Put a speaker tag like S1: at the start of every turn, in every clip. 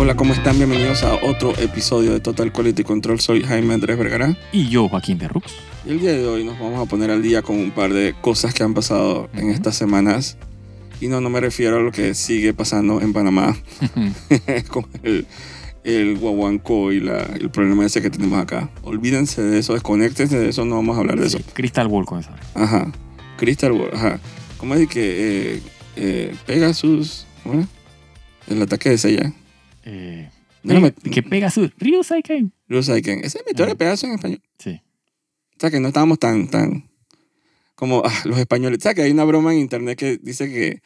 S1: Hola, ¿cómo están? Bienvenidos a otro episodio de Total Quality Control. Soy Jaime Andrés Vergara.
S2: Y yo, Joaquín de Rux.
S1: Y el día de hoy nos vamos a poner al día con un par de cosas que han pasado en
S2: Ujú.
S1: estas semanas. Y no, no me refiero a lo que sigue pasando en Panamá con el, el guaguanco y la- el problema ese que tenemos acá. Olvídense de eso, desconectense de eso, no vamos a hablar de eso.
S2: Sí, Crystal Ball con esa.
S1: Ajá. Crystal Ball, ajá. ¿Cómo es que eh, eh, Pegasus, ¿cómo era? El ataque de Seiya.
S2: Eh,
S1: No era
S2: pe-
S1: met-
S2: que pega su Ryu Saiken.
S1: Blue Saiken. Ese es mi teoría de pedazo en español.
S2: Sí.
S1: O sea, que no estábamos tan, tan. Como ah, los españoles. O sea, que hay una broma en internet que dice que.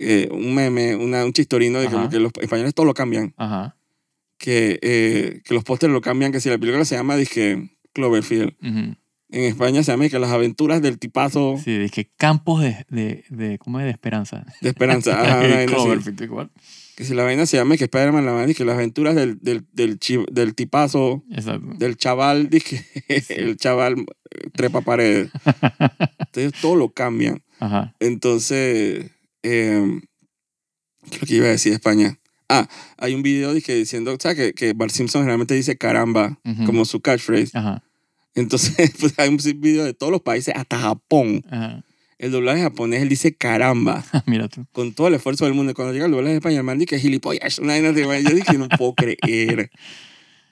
S1: eh, un meme, una, un chistorino de que,
S2: Ajá.
S1: como que los españoles todo lo cambian.
S2: Ajá.
S1: Que, eh, que los pósteres lo cambian. Que si la película se llama, dizque Cloverfield.
S2: Ujú.
S1: En España se llama que las aventuras del tipazo
S2: Sí, es que campos de, de, de, ¿cómo es? de esperanza.
S1: de esperanza. Ajá, una vaina así.
S2: Cloverfield, igual.
S1: Que si la vaina se llama que Spider-Man la vaina, que las aventuras del, del, del, chi- del tipazo,
S2: Exacto.
S1: del chaval, dije,
S2: Mm. Sí.
S1: el chaval eh, trepa paredes. Entonces todo lo cambian.
S2: Ajá.
S1: Entonces, eh, ¿qué es lo que iba a decir de España? Ah, hay un video dizque, diciendo, ¿sabes? Que, que Bart Simpson generalmente dice caramba,
S2: Ujú.
S1: como su catchphrase.
S2: Ajá.
S1: Entonces, pues hay un video de todos los países, hasta Japón.
S2: Ajá.
S1: El doblaje japonés, él dice caramba,
S2: Mira tú.
S1: con todo el esfuerzo del mundo. Y Cuando llega el doblaje de España, el man dice gilipollas. Una vaina así, man. yo dije, no puedo creer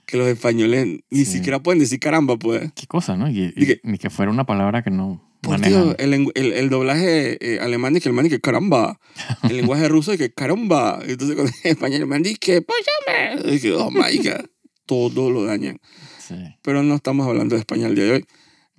S1: que los españoles ni
S2: Sí.
S1: siquiera pueden decir caramba, pues.
S2: Qué cosa, ¿no? Y, y-
S1: Y que-
S2: ni que fuera una palabra que no
S1: Por
S2: manejan.
S1: Dios, Pues, el, lengu- el, el doblaje eh, alemán dice que el man dice caramba. El lenguaje ruso dice caramba. Entonces cuando en español el man dice "Pues, póllame. Dije, oh my God. Todo lo dañan.
S2: Sí.
S1: Pero no estamos hablando de España el día de hoy.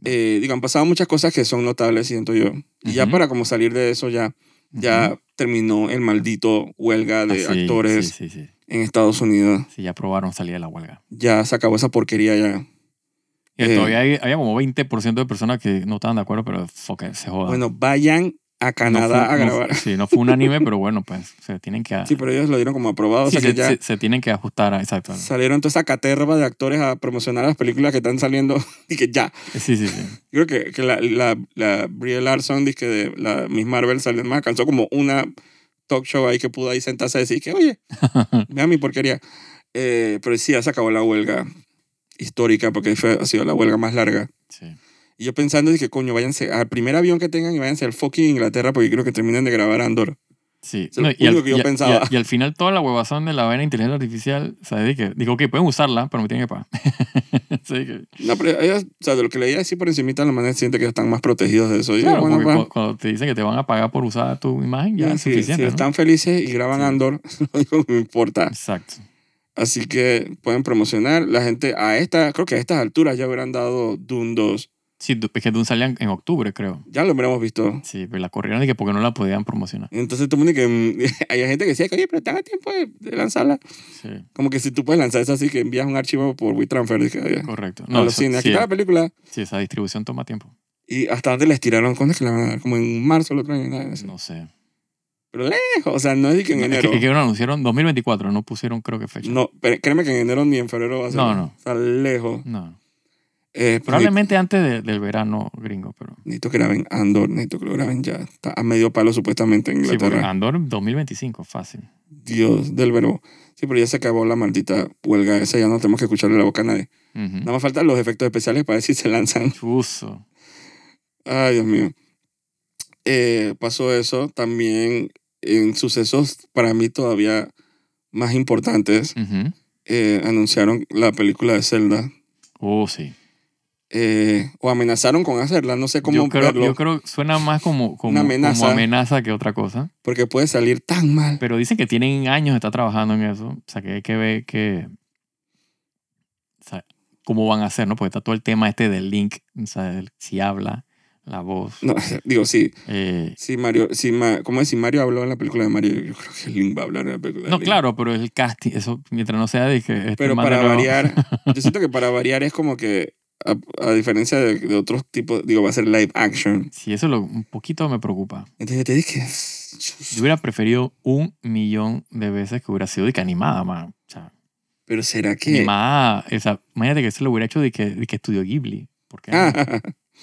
S1: Eh, digo, han pasado muchas cosas que son notables, siento yo. Y ya
S2: Ujú.
S1: para como salir de eso, ya, ya terminó el maldito huelga de
S2: Ah, sí,
S1: actores
S2: Sí, sí, sí.
S1: en Estados Unidos.
S2: Sí, ya probaron salir de la huelga.
S1: Ya se acabó esa porquería ya.
S2: Y
S1: Eh.
S2: todavía hay- había como 20% de personas que no estaban de acuerdo, pero fuck it, se jodan.
S1: Bueno, vayan a
S2: No
S1: Canadá
S2: fue-
S1: a
S2: no
S1: grabar.
S2: fue- sí, no fue un anime, pero bueno, pues se tienen que,
S1: Sí, pero ellos lo dieron como aprobado.
S2: sí,
S1: o sea
S2: se,
S1: que ya...
S2: se- se tienen que ajustar a exacto. ¿no?
S1: Salieron toda esa caterva de actores a promocionar las películas que están saliendo. Y que ya.
S2: Sí, sí, sí.
S1: Yo creo que, que la, la, la Brie Larson, que de la Miss Marvel, salió más, alcanzó como una talk show ahí que pudo ahí sentarse a decir que, oye, vea mi porquería. Eh, pero sí, ya se acabó la huelga histórica porque fue, ha sido la huelga más larga.
S2: Sí.
S1: Y yo pensando, dije, coño, váyanse al primer avión que tengan y váyanse al fucking Inglaterra porque creo que terminan de grabar Andor.
S2: Sí.
S1: Es lo
S2: No, y,
S1: único
S2: al,
S1: que yo
S2: y a-
S1: pensaba.
S2: y a- y al final toda la huevazón de la vaina de inteligencia artificial, o sea, de que, digo, ok, pueden usarla, pero me tienen que pagar. sí, que,
S1: No, pero ellos, o sea, de lo que leía así por encimita, la manera siente que están más protegidos de eso. Y yo,
S2: claro,
S1: bueno,
S2: porque
S1: pues,
S2: cu- cuando te dicen que te van a pagar por usar tu imagen, ya
S1: Ya,
S2: es
S1: si, si
S2: suficiente. ¿no?
S1: están felices y graban
S2: Sí.
S1: Andor, lo único que me importa.
S2: Exacto.
S1: Así que pueden promocionar. La gente a esta, creo que a estas alturas ya habrán dado Dune 2.
S2: Sí, du- es que Dune salía en- en octubre, creo.
S1: Ya lo habremos visto.
S2: Sí, pero la corrieron de que porque no la podían promocionar.
S1: Entonces todo el mundo que mm, hay gente que decía que, oye, pero están a tiempo de, de lanzarla.
S2: Sí,
S1: Como que si tú puedes lanzar eso así que envías un archivo por WeTransfer dije, oye,
S2: correcto.
S1: a
S2: No,
S1: los
S2: eso-
S1: cines. Aquí
S2: sí, eh.
S1: está la película.
S2: sí, esa distribución toma tiempo.
S1: Y hasta antes les tiraron con que la van a dar como en marzo lo traen. nada, así.
S2: No sé.
S1: Pero lejos, o sea, no es de que en
S2: No, es,
S1: enero.
S2: que, es que lo anunciaron 2024, no pusieron creo que fecha.
S1: No, pero créeme que en enero ni en febrero va a ser.
S2: No, no.
S1: O sea, lejos.
S2: No.
S1: Eh, pero
S2: Probablemente antes de- del verano gringo, pero...
S1: Necesito que graben Andor, necesito que lo graben ya. Está a medio palo supuestamente en
S2: Sí, porque ah.
S1: Inglaterra.
S2: Andor 2025, fácil.
S1: Dios del verbo. Sí, pero ya se acabó la maldita huelga esa, ya no tenemos que escucharle la boca a nadie.
S2: Ujú.
S1: Nada más faltan los efectos especiales para ver si se lanzan.
S2: Chuzo.
S1: Ay, Dios mío. Eh, pasó eso también en sucesos para mí todavía más importantes.
S2: Ujú.
S1: eh, anunciaron la película de Zelda.
S2: Oh, sí.
S1: eh, o amenazaron con hacerla, no sé cómo
S2: Yo creo,
S1: verlo,
S2: yo creo que suena más como, como,
S1: Una amenaza.
S2: como amenaza que otra cosa.
S1: porque puede salir tan mal.
S2: Pero dicen que tienen años de estar trabajando en eso. O sea, que hay que ver que... o sea, cómo van a hacer, ¿no? Porque está todo el tema este del link. O sea, el- si habla, la voz.
S1: No, digo, sí,
S2: eh,
S1: Sí, Mario, sí, Ma- ¿cómo es? Si Mario habló en la película de Mario, yo creo que Link va a hablar en la película de
S2: no,
S1: Link.
S2: claro, pero es el casting. Eso, mientras no sea de que... este
S1: Pero
S2: man
S1: para
S2: de nuevo-
S1: variar, yo siento que para variar es como que, a, a diferencia de, de otros tipos, digo, va a ser live action.
S2: Sí, eso lo, un poquito me preocupa.
S1: Entonces yo te dije,
S2: Yo hubiera preferido un millón de veces que hubiera sido de que animada, man. O sea,
S1: pero ¿será que?
S2: animada. O sea, imagínate que se lo hubiera hecho de que, de que Estudio Ghibli. Porque hubiera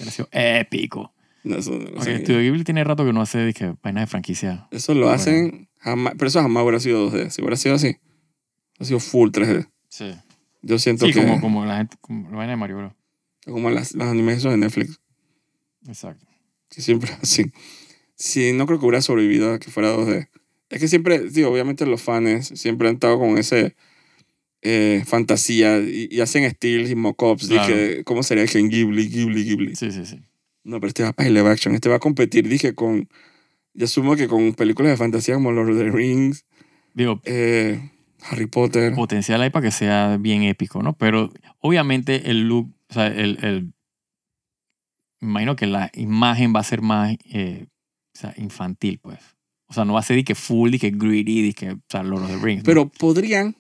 S1: Ah,
S2: sido épico.
S1: no, eso, no lo
S2: Porque
S1: sé.
S2: Estudio Ghibli tiene rato que no hace de que vainas de franquicia.
S1: Eso lo
S2: Bueno.
S1: hacen, jamás, pero eso jamás hubiera sido 2D, si hubiera sido así. Ha sido full 3D.
S2: Sí.
S1: Yo siento
S2: Sí,
S1: que como,
S2: como, como la gente, como la vaina de Mario Bros.
S1: las, las animes esos de Netflix,
S2: Exacto.
S1: que siempre así. Sí, no creo que hubiera sobrevivido a que fuera 2D. Es que siempre, digo, obviamente los fans siempre han estado con ese eh, fantasía y, y hacen steals y mock-ups.
S2: Claro.
S1: Dije, ¿cómo sería que en Ghibli, Ghibli, Ghibli?
S2: Sí, sí, sí.
S1: No, pero este va para el live action. Este va a competir, dije, con. Yo asumo que con películas de fantasía como Lord of the Rings,
S2: Digo,
S1: eh, Harry Potter.
S2: potencial hay para que sea bien épico, ¿no? Pero obviamente el look, o sea, el, el- me imagino que la imagen va a ser más eh, o sea, infantil, pues. O sea, no va a ser de que full, de que greedy, de que, o sea, Lord of the Rings. ¿no?
S1: Pero podrían.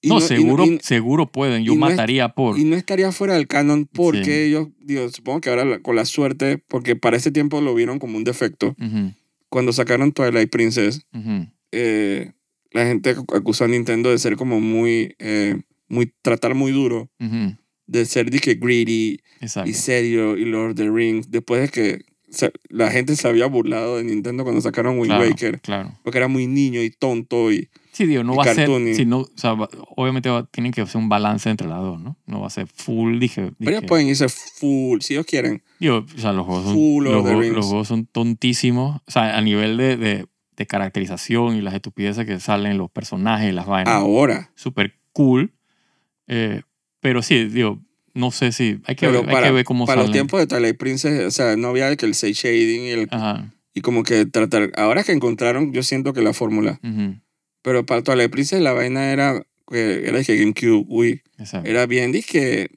S1: y
S2: no,
S1: y
S2: seguro,
S1: Y,
S2: seguro pueden. Yo
S1: y no es-
S2: mataría por.
S1: y no estaría fuera del canon porque
S2: Sí.
S1: ellos, digo, supongo que ahora la- con la suerte, porque para ese tiempo lo vieron como un defecto.
S2: Ujú,
S1: Cuando sacaron Twilight Princess,
S2: ujú.
S1: eh, la gente ac- acusó a Nintendo de ser como muy, eh, muy, tratar muy duro,
S2: Ujú,
S1: de ser, dije, greedy,
S2: Exacto.
S1: y serio y Lord of the Rings después de que se- la gente se había burlado de Nintendo cuando sacaron Wind
S2: claro,
S1: Waker
S2: claro.
S1: porque era muy niño y tonto y
S2: Sí, digo, no
S1: y
S2: va a ser.
S1: cartoony.
S2: sí, no, o sea, va- obviamente va- tienen que hacer un balance entre las dos, ¿no? No va a ser full, dije.
S1: pero
S2: dije-
S1: pues ellos pueden irse full si ellos quieren
S2: Digo, o sea, los juegos son,
S1: Full Lord
S2: los,
S1: of the
S2: juegos-
S1: Rings.
S2: los juegos son tontísimos. O sea, a nivel de, de, de caracterización y las estupideces que salen los personajes, las vainas.
S1: Ah, ahora
S2: Súper cool. Eh, pero sí, digo, no sé si. Hay que,
S1: Pero
S2: ver, hay que ver cómo
S1: para los
S2: salen.
S1: tiempos de Twilight Princess o sea no había de que el cel shading y, el-
S2: Ajá.
S1: y como que tratar ahora que encontraron yo siento que la fórmula
S2: ujú,
S1: pero para Twilight Princess la vaina era que era de que GameCube uy
S2: Exacto.
S1: era bien dije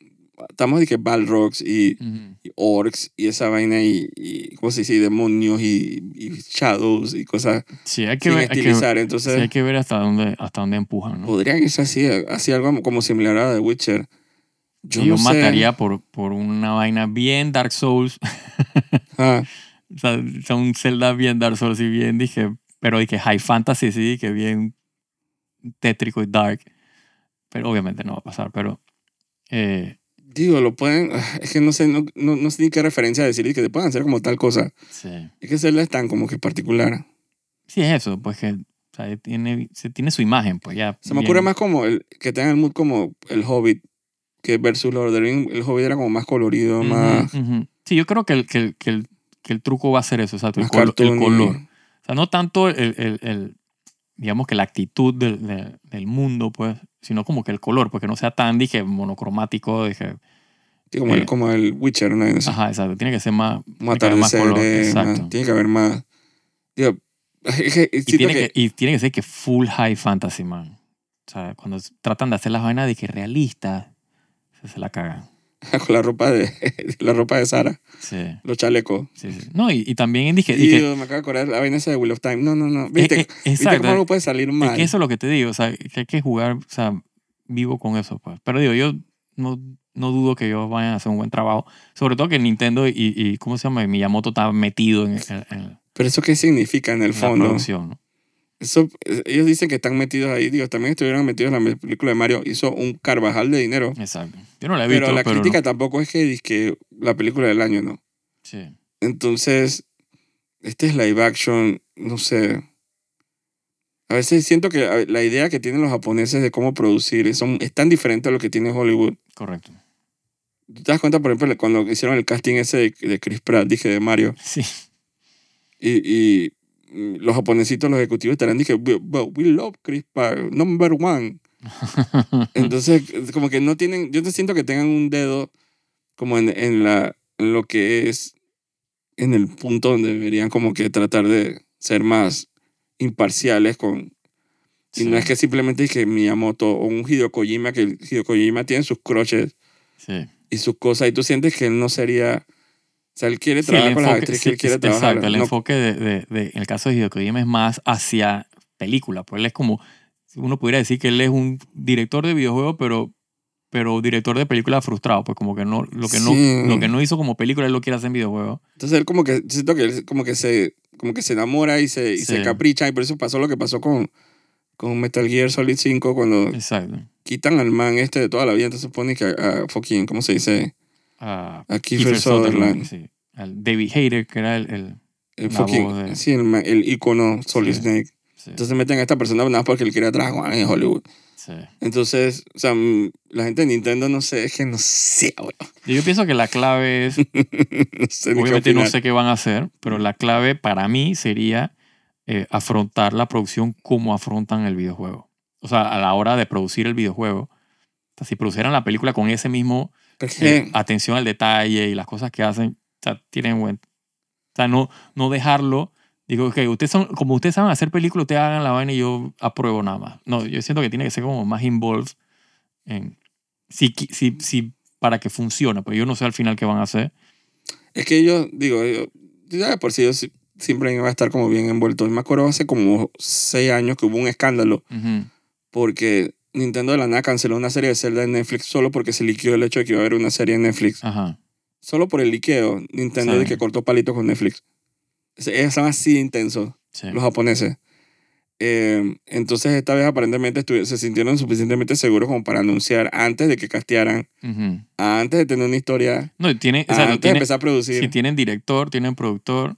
S1: estamos de que Balrogs y
S2: ujú,
S1: y orcs y esa vaina y, y ¿cómo se dice? Y demonios y, y shadows y cosas
S2: Sí, hay que
S1: sin
S2: ver. Hay que,
S1: estilizar.
S2: sí,
S1: Entonces, Pues,
S2: hay que ver hasta dónde, hasta dónde empujan, ¿no?
S1: podrían irse así, así algo como similar a The Witcher. Yo
S2: Yo,
S1: no sé.
S2: mataría por, por una vaina bien Dark Souls.
S1: Ah,
S2: O sea, o sea, un Zelda bien Dark Souls y bien, dije, pero dije High Fantasy, sí, que bien tétrico y dark. Pero obviamente no va a pasar, pero... eh,
S1: digo, lo pueden. ah, Es que no sé, no, no, no sé ni qué referencia decir y que te puedan hacer como tal cosa.
S2: sí.
S1: Es que Zelda es tan como que particular.
S2: Sí, es eso, pues que o sea, tiene, se tiene su imagen, pues ya.
S1: Se me
S2: bien.
S1: ocurre más como el, que tengan el mood como el Hobbit, que versus Lord of the Rings, el Hobbit era como más colorido,
S2: Ujú,
S1: más,
S2: ujú. Sí, yo creo que el, que, el, que, el, que el truco va a ser eso, exacto, el,
S1: más
S2: colo- el
S1: cartoon. y-
S2: color. O sea, no tanto el, el- el- digamos que la actitud del, del- del mundo, pues, sino como que el color, porque no sea tan, dije, monocromático, dije,
S1: sí, como, el,
S2: Eh.
S1: como el Witcher, ¿no? Eso.
S2: Ajá, exacto. Tiene que ser más.
S1: como
S2: tiene que haber más color,
S1: atardeceres, más-
S2: exacto.
S1: eh, tiene que haber más. Digo, es que
S2: Y
S1: siento
S2: tiene
S1: que-
S2: que, y tiene que ser que full high fantasy, man. O sea, cuando s- tratan de hacer las vainas de que realistas, se, se la cagan.
S1: con la ropa de la ropa de Sara,
S2: Sí,
S1: los chalecos.
S2: sí, sí. No, y, y también dije.
S1: Y
S2: dije
S1: me acabo de acordar la vaina esa de Wheel of Time. No, no, no.
S2: eh,
S1: ¿Viste,
S2: eh,
S1: ¿viste
S2: exacto.
S1: cómo algo puede salir
S2: Es
S1: mal?
S2: que eso es lo que te digo. O sea, que hay que jugar, o sea, vivo con eso, pues. Pero digo, yo no, no dudo que ellos vayan a hacer un buen trabajo. Sobre todo que Nintendo y, y ¿cómo se llama? Y Miyamoto está metido en, en- en
S1: Pero eso qué significa en el
S2: la
S1: fondo.
S2: producción, ¿no?
S1: Eso, eh, ellos dicen que están metidos ahí. Digo, también estuvieron metidos en la película de Mario. Hizo un carvajal de dinero.
S2: Exacto. Yo no la he
S1: Pero
S2: visto,
S1: la
S2: pero no-
S1: crítica tampoco es que, dizque la película del año, ¿no?
S2: Sí.
S1: Entonces, este es live action, no sé. A veces siento que a- la idea que tienen los japoneses de cómo producir son, es tan diferente a lo que tiene Hollywood.
S2: Correcto.
S1: ¿Tú te das cuenta, por ejemplo, cuando hicieron el casting ese de, de Chris Pratt, dije, de Mario,
S2: Sí.
S1: y, y mm, los japonesitos, los ejecutivos estarán, dije, we, well, we love Chris Pratt, number one. Entonces, como que no tienen, yo no siento que tengan un dedo como en, en la, en lo que es, en el punto donde deberían como que tratar de ser más imparciales con, Y no es que simplemente es que Miyamoto o un Hideo Kojima, que el Hideo Kojima tiene sus croches
S2: Sí.
S1: y sus cosas, y tú sientes que él no sería. O sea, él quiere
S2: Sí, el
S1: trabajar con las
S2: enfoque,
S1: actrices
S2: sí,
S1: que él quiere
S2: exacto,
S1: trabajar.
S2: el
S1: no-
S2: enfoque de, de- de- en el caso de Hideo Kojima es más hacia película, pues él es como, uno pudiera decir que él es un director de videojuego, pero, pero director de película frustrado, pues como que no, lo que
S1: Sí.
S2: no, lo que no hizo como película él lo quiere hacer en videojuego.
S1: Entonces él como que. Siento que él como que se, como que se enamora y, se, y se
S2: Sí.
S1: capricha, y por eso pasó lo que pasó con, con Metal Gear Solid 5, cuando
S2: Exacto.
S1: quitan al man este de toda la vida, entonces pone que a, a fucking, ¿cómo se dice?
S2: A
S1: A Kiefer,
S2: Kiefer
S1: Sutherland.
S2: Sutherland, sí. Al David Hayter, que era el... el-
S1: El
S2: La
S1: fucking.
S2: voz de-
S1: Sí, el, man- el icono Solid
S2: Sí.
S1: Snake.
S2: sí,
S1: Entonces meten a esta persona nada más porque él quiere trabajar en Hollywood.
S2: Sí.
S1: Entonces, o sea, mm, la gente de Nintendo no sé, es que no sé, weón.
S2: Y Yo pienso que la clave es,
S1: no sé ni qué
S2: obviamente no
S1: opinar.
S2: sé qué van a hacer, pero la clave para mí sería eh, afrontar la producción como afrontan el videojuego. O sea, a la hora de producir el videojuego, o sea, si produjeran la película con ese mismo
S1: Pero es que-
S2: eh, atención al detalle y las cosas que hacen, o sea, tienen buen... O sea, no, no dejarlo. Digo, que ustedes son, como ustedes saben hacer películas, ustedes hagan la vaina y yo apruebo nada más. No, yo siento que tiene que ser como más involved en... Si, qui- si, si, para que funcione, pero yo no sé al final qué van a hacer.
S1: Es que yo digo, yo, ya de por si yo si- siempre iba a estar como bien envuelto. Y me acuerdo hace como seis años que hubo un escándalo
S2: Ujú.
S1: porque Nintendo de la nada canceló una serie de Zelda en Netflix solo porque se liqueó el hecho de que iba a haber una serie en Netflix.
S2: Ajá.
S1: Solo por el liqueo, Nintendo
S2: Sí.
S1: de que cortó palitos con Netflix. O sea, Ellos son así de intensos,
S2: Sí.
S1: los japoneses. Eh, entonces esta vez aparentemente estuvi- se sintieron suficientemente seguros como para anunciar antes de que castearan,
S2: Ujú.
S1: antes de tener una historia,
S2: No, y tiene, o
S1: Ah,
S2: sea, no
S1: antes de
S2: tiene-
S1: empezar a producir.
S2: si tienen director, tienen productor,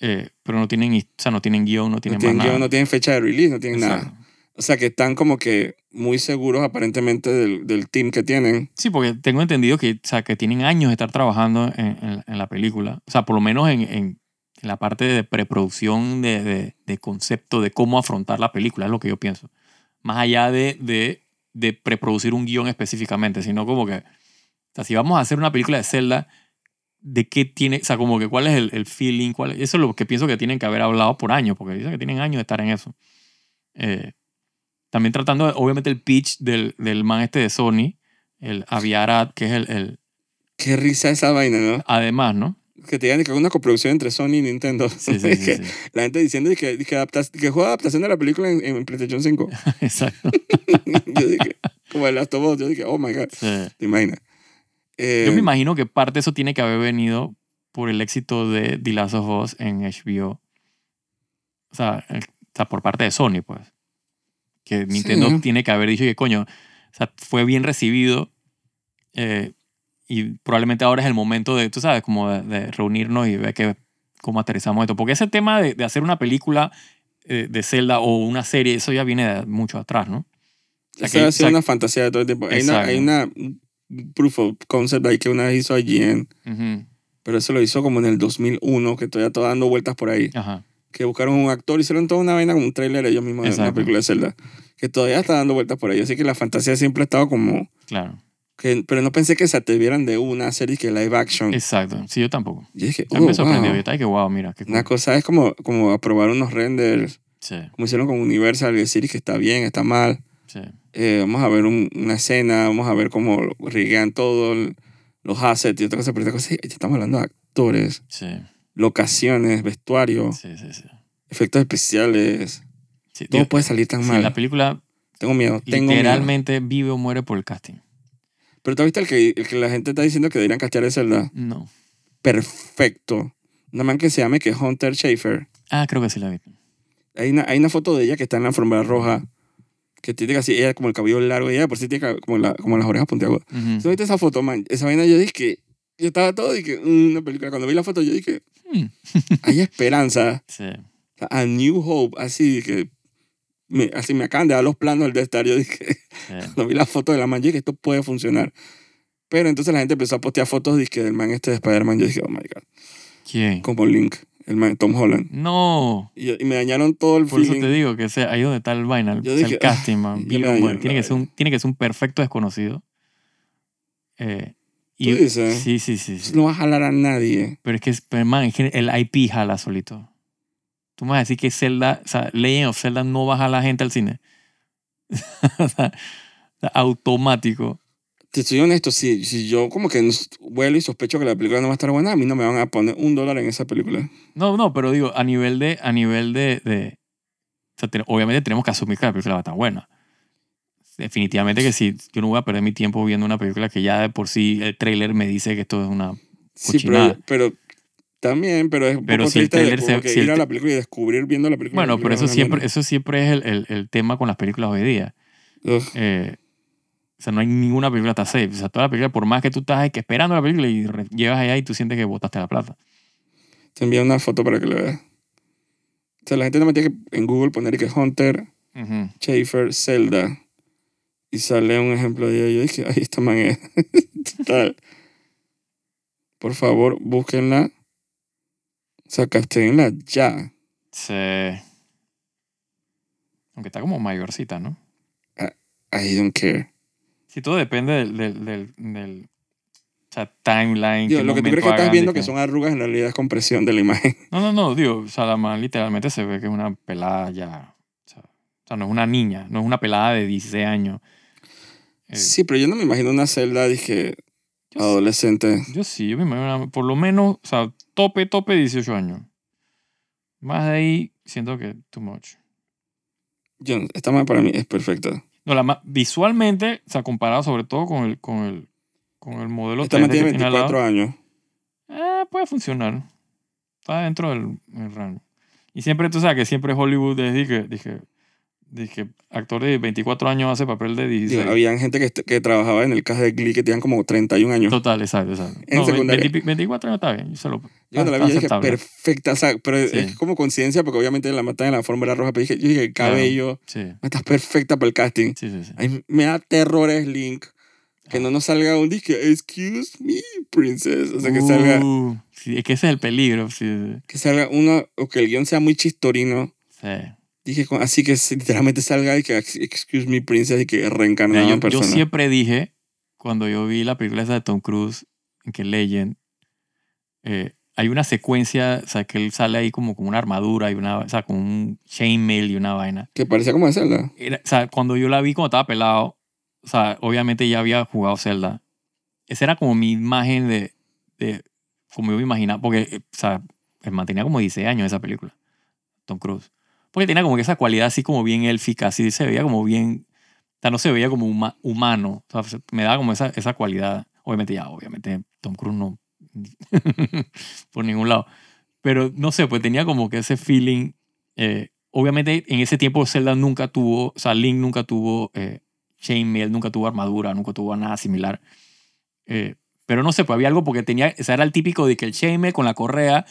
S2: eh, pero no tienen, his- o sea, no tienen guión, no
S1: no
S2: tienen,
S1: tienen
S2: más
S1: guión,
S2: nada.
S1: no tienen fecha de release, no tienen nada.
S2: Exacto.
S1: O sea, que están como que muy seguros aparentemente del, del team que tienen.
S2: Sí, porque tengo entendido que, o sea, que tienen años de estar trabajando en, en- en la película. O sea, por lo menos en, en- en la parte de preproducción, de, de- de concepto, de cómo afrontar la película, es lo que yo pienso. Más allá de, de, de preproducir un guión específicamente, sino como que, o sea, si vamos a hacer una película de Zelda, ¿de qué tiene, o sea, como que cuál es el, el feeling? Cuál, eso es lo que pienso que tienen que haber hablado por años, porque dicen que tienen años de estar en eso. Eh, también tratando, obviamente, el pitch del, del man este de Sony, el Aviarat, que es el, el-
S1: Qué risa esa vaina, ¿no?
S2: Además, ¿no?
S1: Que te digan que una coproducción entre Sony y Nintendo.
S2: Sí, sí, sí.
S1: Que
S2: sí.
S1: La gente diciendo y que, y que, adaptas- que juega adaptación de la película en, en PlayStation 5.
S2: Exacto.
S1: yo dije, como el Last of Us, yo dije, oh my God,
S2: Sí.
S1: te imaginas. Eh,
S2: Yo me imagino que parte de eso tiene que haber venido por el éxito de The Last of Us en HBO. O sea, el- o sea, por parte de Sony, pues. Que Nintendo
S1: ¿no?
S2: tiene que haber dicho que, coño, o sea, fue bien recibido eh, y probablemente ahora es el momento de, tú sabes, como de, de reunirnos y ver que, cómo aterrizamos esto. Porque ese tema de, de hacer una película eh, de Zelda o una serie, eso ya viene de mucho atrás, ¿no? sea,
S1: esa
S2: que-
S1: ha sido
S2: o sea,
S1: una fantasía de todo el tiempo. Hay una, hay una un proof of concept ahí que una vez hizo IGN,
S2: Ujú.
S1: pero eso lo hizo como en el 2001, que todavía está dando vueltas por ahí.
S2: Ajá.
S1: que buscaron un actor, hicieron toda una vaina con un tráiler ellos mismos de una
S2: Exacto.
S1: película de Zelda, que todavía está dando vueltas por ahí. Así que la fantasía siempre ha estado como...
S2: Claro,
S1: Que, pero no pensé que se atrevieran de una serie que live action.
S2: exacto. Sí, yo tampoco.
S1: Y dije,
S2: Ya me
S1: "Oh,
S2: sorprendió.
S1: wow".
S2: Yo estaba que, wow, mira, qué cool.
S1: Una cosa es como, como aprobar unos renders,
S2: Sí,
S1: como hicieron con Universal, y decir que está bien, está mal.
S2: sí.
S1: Eh, vamos a ver un- una escena, vamos a ver cómo riguean todo, el- los assets y otra cosa. Pero esta cosa, sí, ya estamos hablando de actores,
S2: Sí,
S1: locaciones, vestuario,
S2: sí, sí. sí.
S1: efectos especiales.
S2: Sí,
S1: Todo
S2: digo,
S1: puede salir tan
S2: sí,
S1: mal.
S2: la película
S1: Tengo miedo, tengo miedo.
S2: literalmente vive o muere por el casting.
S1: Pero tú viste el que, el que la gente está diciendo que deberían castear es Zelda.
S2: No.
S1: Perfecto. Una man que se llame que es Hunter Schaefer.
S2: Ah, creo que sí la vi.
S1: Hay una, hay una foto de ella que está en la alfombra roja. Que tiene así, ella como el cabello largo. Ella por si tiene ca- como, la, como las orejas puntiagudas.
S2: Ujú.
S1: ¿Tú viste esa foto, man? Esa vaina yo dije que... Yo estaba todo y que... "Mm, Una película. Cuando vi la foto yo dije...
S2: Hmm.
S1: Hay esperanza.
S2: Sí.
S1: O sea, A New Hope. Así que... Me, así me acaban de dar los planos del Death Star. Yo dije...
S2: sí.
S1: Cuando vi la foto de la man, yo dije, esto puede funcionar. Pero entonces la gente empezó a postear fotos dizque, del man este de Spider-Man. Yo dije, oh my God.
S2: ¿Quién?
S1: Como Link, el man Tom Holland.
S2: No.
S1: Y, yo- y me dañaron todo el
S2: Por eso te
S1: feeling.
S2: digo que sea, ahí donde está el vaina, el,
S1: Yo
S2: o sea, el
S1: dije, ah,
S2: casting, man.
S1: ya
S2: Vive
S1: me
S2: o muere.
S1: dañaron,
S2: Tiene
S1: la
S2: que, ser un, tiene que ser un perfecto desconocido. Eh,
S1: Tú
S2: y,
S1: dices.
S2: sí, sí, sí. sí.
S1: No va a jalar a nadie.
S2: Pero es que, pero, man, es que el IP jala solito. Tú me vas a decir que Zelda, o sea, Legend of Zelda no baja a la gente al cine. o sea, automático.
S1: Te soy honesto, si, si yo como que nos- vuelo y sospecho que la película no va a estar buena, a mí no me van a poner un dólar en esa película.
S2: No, no, pero digo, a nivel de, a nivel de, de- o sea, te- obviamente tenemos que asumir que la película va a estar buena. Definitivamente que sí, yo no voy a perder mi tiempo viendo una película que ya de por sí el tráiler me dice que esto es una...
S1: Sí, pero,
S2: Cochinada.
S1: pero también, pero es un
S2: Pero
S1: poco
S2: si el
S1: triste de
S2: tráiler
S1: como que
S2: se- si el
S1: ir a
S2: tr-
S1: la película y descubrir viendo la película.
S2: Bueno,
S1: la
S2: pero eso
S1: película es una
S2: siempre, eso siempre es el, el- el tema con las películas hoy día.
S1: mierda. Ugh.
S2: Eh, o sea, no hay ninguna película está safe. O sea, toda la película, por más que tú estás ahí que esperando la película y re- llegas allá y tú sientes que botaste la plata.
S1: Te envío una foto para que la veas. O sea, la gente no me tiene que en Google poner y que Hunter Schaefer Zelda. Y sale un ejemplo de ello. Y dije, ahí está man es. Tal. Por favor, búsquenla. Sacastenla ya.
S2: Se... Aunque está como mayorcita, ¿no?
S1: I don't care.
S2: Si todo depende del, del, del, del- o sea, timeline.
S1: Digo,
S2: qué
S1: lo que tú crees
S2: momento
S1: que estás
S2: hagan,
S1: viendo
S2: de
S1: que son arrugas en realidad es compresión de la imagen.
S2: No, no, no, digo, o sea, la man literalmente se ve que es una pelada ya. O sea, o sea, no es una niña, no es una pelada de 16 años. Eh,
S1: Sí, pero yo no me imagino una celda, dije,
S2: yo, sí-
S1: adolescente.
S2: yo sí, yo me imagino, una- por lo menos, o sea, tope, tope 18 años. Más de ahí, siento que too much.
S1: Yo, esta man para mí es perfecta.
S2: No, la ma- visualmente, o sea, comparado sobre todo con el, con el, con el modelo
S1: Esta
S2: 3D
S1: Este man tiene
S2: que tiene al lado,
S1: 24 años.
S2: eh, puede funcionar. Está dentro del, del rango. Y siempre, tú sabes que siempre Hollywood es, dije, dije, dije, actor de 24 años hace papel de 16.
S1: Digo, habían gente que, est- que trabajaba en el caso de Glee que tenían como 31 años.
S2: Total, exacto, exacto.
S1: En
S2: No, ve-
S1: secundaria.
S2: 20 24 años está bien. Yo se lo,
S1: Yo cuando la
S2: está
S1: vi yo dije,
S2: aceptable.
S1: perfecta, o sea, pero
S2: Sí.
S1: es como conciencia porque obviamente la matan en la fórmula roja, pero dije, yo dije, el cabello,
S2: Sí,
S1: estás perfecta para el casting.
S2: sí, sí. sí.
S1: Ay, me da terrores, Link, que no nos salga un disque, excuse me, princess, o sea, que salga...
S2: Uh, sí, es que ese es el peligro. Sí, sí,
S1: que salga uno o que el guión sea muy chistorino.
S2: sí.
S1: Dije, con- así que si literalmente salga y que, ex- excuse me, princess, y que
S2: Mira,
S1: reencarnada
S2: yo,
S1: en
S2: yo
S1: persona.
S2: siempre dije, cuando yo vi la película esa de Tom Cruise, en que Legend, eh, hay una secuencia, o sea, que él sale ahí como con una armadura y una, o sea, con un chainmail y una vaina.
S1: Que parecía como de Zelda.
S2: Era- o sea, cuando yo la vi cuando estaba pelado, o sea, obviamente ya había jugado Zelda. Esa era como mi imagen de, de como yo me imaginaba, porque, eh, o sea, él mantenía como 16 años esa película, Tom Cruise. Porque tenía como que esa cualidad así como bien élfica, así se veía como bien, o sea, no se veía como huma- humano. O sea, se- me daba como esa, esa cualidad. Obviamente ya, obviamente Tom Cruise no, por ningún lado. Pero no sé, pues tenía como que ese feeling eh, obviamente en ese tiempo Zelda nunca tuvo, o sea, Link nunca tuvo eh, chainmail, nunca tuvo armadura, nunca tuvo nada similar. Eh, pero no sé, pues había algo porque tenía, o sea, era el típico de que el chainmail con la correa,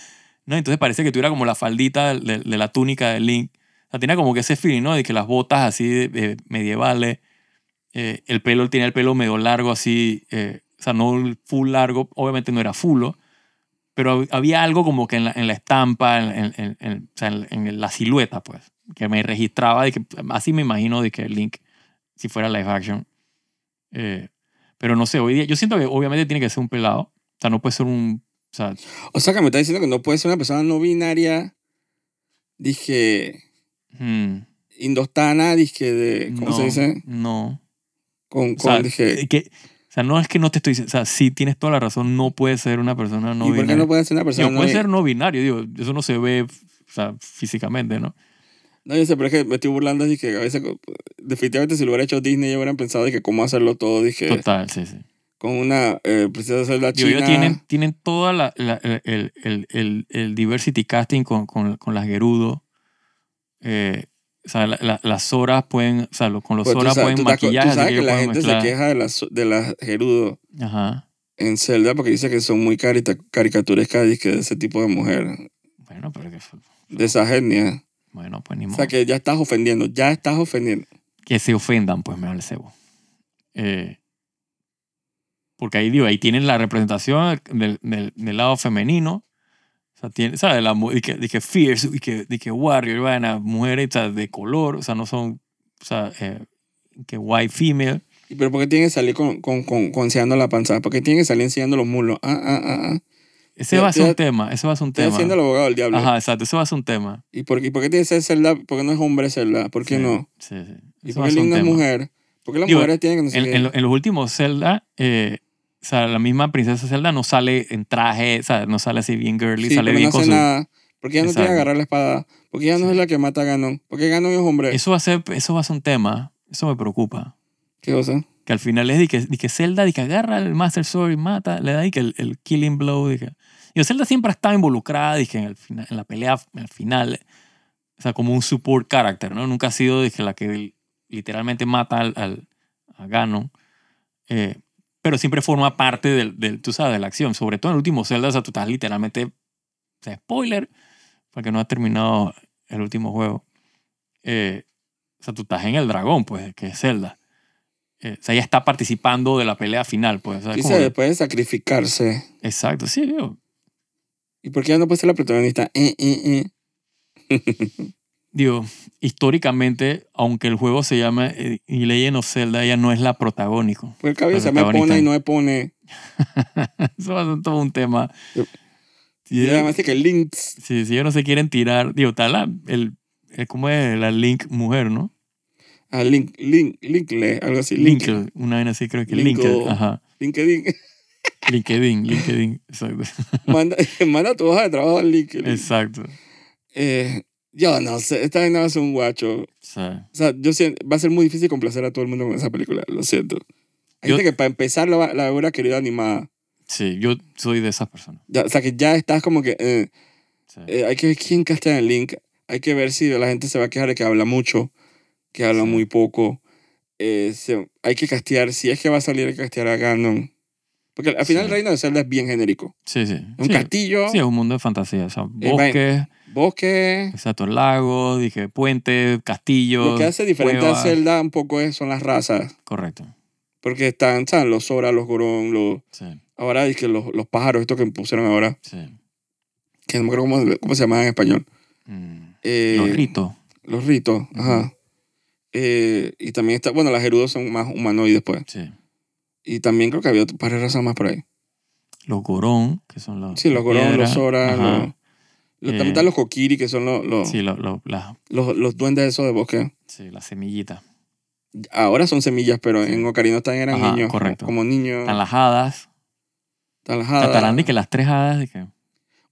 S2: ¿no? Entonces parece que tuviera como la faldita de, de la túnica de Link. O sea, tenía como que ese feeling, ¿no? De que las botas así eh, medievales, eh, el pelo, él tenía el pelo medio largo así, eh, o sea, no el full largo, obviamente no era fulo, pero hab- había algo como que en la, en la estampa, en, en- en- en- o sea, en- en la silueta, pues, que me registraba, de que, así me imagino de que Link, si fuera live action. Eh, pero no sé, hoy día, yo siento que obviamente tiene que ser un pelado, o sea, no puede ser un... O sea,
S1: O sea, que me está diciendo que no puede ser una persona no binaria. Dije,
S2: hmm,
S1: indostana, dije, de, ¿cómo
S2: no,
S1: se dice?
S2: No.
S1: Con,
S2: O
S1: con,
S2: sea,
S1: dije,
S2: eh, que, o sea, no es que no te estoy diciendo, o sea, sí tienes toda la razón, no puede ser una persona no
S1: ¿y por qué
S2: binaria.
S1: no puede ser una
S2: Digo,
S1: persona
S2: puede
S1: no
S2: ser no binario, digo, eso no se ve o sea, físicamente, ¿no?
S1: No, yo sé, pero es que me estoy burlando, dije, a veces, definitivamente si lo hubiera hecho Disney, yo hubieran pensado, dije, cómo hacerlo todo, dije,
S2: Total, sí, sí.
S1: con una eh, princesa Zelda
S2: Digo,
S1: china.
S2: ellos tienen, tienen toda la, la- el, el- el- el- el diversity casting con, con, con las Gerudo. Eh, o sea, la- la- las Zoras pueden, o sea, lo- con los
S1: Pues tú
S2: Zoras
S1: sabes-
S2: pueden
S1: tú estás-
S2: maquillar,
S1: Tú
S2: así
S1: sabes
S2: que
S1: que la
S2: pueden
S1: gente
S2: mezclar.
S1: se queja de las, de las Gerudo
S2: Ajá.
S1: en Zelda porque dice que son muy carita, caricaturescas dizque, de ese tipo de mujer,
S2: Bueno, pero que fue-
S1: de esas etnias.
S2: bueno, pues ni
S1: O
S2: modo.
S1: sea
S2: que,
S1: que ya estás ofendiendo, ya estás ofendiendo.
S2: se ofendan, pues me vale cebo. Eh, porque ahí, digo, ahí tienen la representación del, del, del lado femenino. O sea, tiene, ¿sabes? La, mu- y que, de que fierce, y que, de que warrior, vaina, mujeres o sea, de color, o sea, no son, o sea, eh, que white female.
S1: ¿Y ¿Pero por qué tienen que salir con, con, con, con enseñando la panza? ¿Por qué tienen que salir enseñando los muslos? Ah, ah, ah, ah.
S2: Ese
S1: Ya,
S2: va a ser
S1: ya-
S2: un tema, ese va a ser un
S1: Estoy
S2: tema.
S1: haciendo el abogado del diablo.
S2: Ajá, exacto, ese va a ser un tema.
S1: ¿Y por, qué- por qué tiene que ser Zelda? ¿Por qué no es hombre Zelda? ¿Por qué
S2: Sí,
S1: no?
S2: Sí, sí.
S1: ¿Y
S2: Ese
S1: por
S2: va a
S1: qué
S2: ser
S1: Link
S2: un
S1: no es
S2: tema.
S1: mujer? ¿Por qué las
S2: Digo,
S1: mujeres tienen que no sé
S2: En,
S1: qué?
S2: en lo- en los últimos Zelda, eh, o sea, la misma princesa Zelda no sale en traje, o sea, no sale así bien girly,
S1: Sí,
S2: sale
S1: porque
S2: bien
S1: no
S2: con
S1: hace
S2: su...
S1: nada. Porque ella no tiene que
S2: Exacto.
S1: agarrar la espada. Porque ella no
S2: Sí.
S1: es la que mata a Ganon. Porque Ganon es hombre.
S2: Eso va a ser, eso va a ser un tema, eso me preocupa.
S1: ¿Qué cosa?
S2: Que al final es de que, de que Zelda de que agarra el Master Sword y mata, le da de que el, el killing blow. De que, y Zelda siempre está involucrada de que en, el fina- en la pelea, al final, o sea, como un support character, ¿no? Nunca ha sido de que la que literalmente mata al, al- a Ganon. eh, pero siempre forma parte del, del, tú sabes, de la acción. Sobre todo en el último Zelda, o sea, tú estás literalmente, o sea, spoiler, porque no has terminado el último juego. eh, o sea, tú estás en el dragón, pues, que es Zelda. eh, o sea, ella está participando de la pelea final, pues. o sea, es
S1: Dice
S2: como que-
S1: después de sacrificarse.
S2: exacto, sí, digo.
S1: ¿Y por qué ella no puede ser la protagonista? Eh, eh, eh.
S2: Digo, históricamente, aunque el juego se llama eh, y Legend of Zelda, ella no es la protagónico.
S1: Porque el cabello
S2: La
S1: se me
S2: protagonista.
S1: pone y no me pone.
S2: Eso va a ser todo un tema.
S1: Yep.
S2: Sí,
S1: Y además dice que Links.
S2: si, si ellos no se quieren tirar, digo, está la, el, el- ¿cómo es? La Link mujer, ¿no?
S1: Ah, Link, Link, Linkle, algo así. Link,
S2: Linkle, una vez así creo que
S1: Linko.
S2: Linkle, ajá.
S1: LinkedIn.
S2: LinkedIn, LinkedIn, exacto.
S1: manda, manda tu hoja de trabajo al LinkedIn.
S2: exacto.
S1: Eh, yo no sé, esta vaina va a ser un guacho.
S2: O sea,
S1: O sea, yo siento, va a ser muy difícil complacer a todo el mundo con esa película, lo siento. Hay
S2: Yo-
S1: gente que para empezar la, va- la hubiera querido animada.
S2: sí, yo soy de esas personas.
S1: Ya, o sea, que ya estás como que... eh,
S2: Sí.
S1: eh, hay que ver quién castea el link. Hay que ver si la gente se va a quejar de que habla mucho, que habla
S2: Sí.
S1: muy poco. Eh, se- hay que castear, si es que va a salir, hay que castear a Ganon. Porque al final
S2: Sí.
S1: el reino de Zelda es bien genérico.
S2: sí, sí.
S1: Es un
S2: Sí,
S1: castillo,
S2: sí, es un mundo de fantasía. O sea,
S1: Eh,
S2: bosques,
S1: bosque.
S2: exacto, lagos, dije, puentes,
S1: Lo
S2: castillos.
S1: que hace diferente
S2: cuevas.
S1: a Zelda un poco es, son las razas.
S2: Correcto.
S1: Porque están, ¿sabes? Los Sora, los Gorón, los...
S2: Sí,
S1: Ahora es que los, los pájaros, estos que pusieron ahora,
S2: sí.
S1: que no me acuerdo cómo, cómo se llamaban en español.
S2: Mm.
S1: Eh,
S2: Los ritos.
S1: Los ritos, ajá. Eh, y también está, bueno, las gerudos son más humanoides, pues.
S2: Sí.
S1: Y también creo que había otro par de razas más por ahí.
S2: Los gorón, que son los.
S1: Sí, los gorón, los
S2: piedras.
S1: sora,
S2: Ajá.
S1: los, los-
S2: Eh.
S1: también están los kokiri, que son los, los,
S2: Sí, lo- lo- la-
S1: los, los duendes esos de bosque.
S2: sí, la semillita.
S1: Ah. Ahora son semillas, pero en Ocarina están eran
S2: Ajá,
S1: niños.
S2: correcto.
S1: Como niños.
S2: Están las hadas.
S1: están las hadas.
S2: Tatarán que las tres hadas. de que-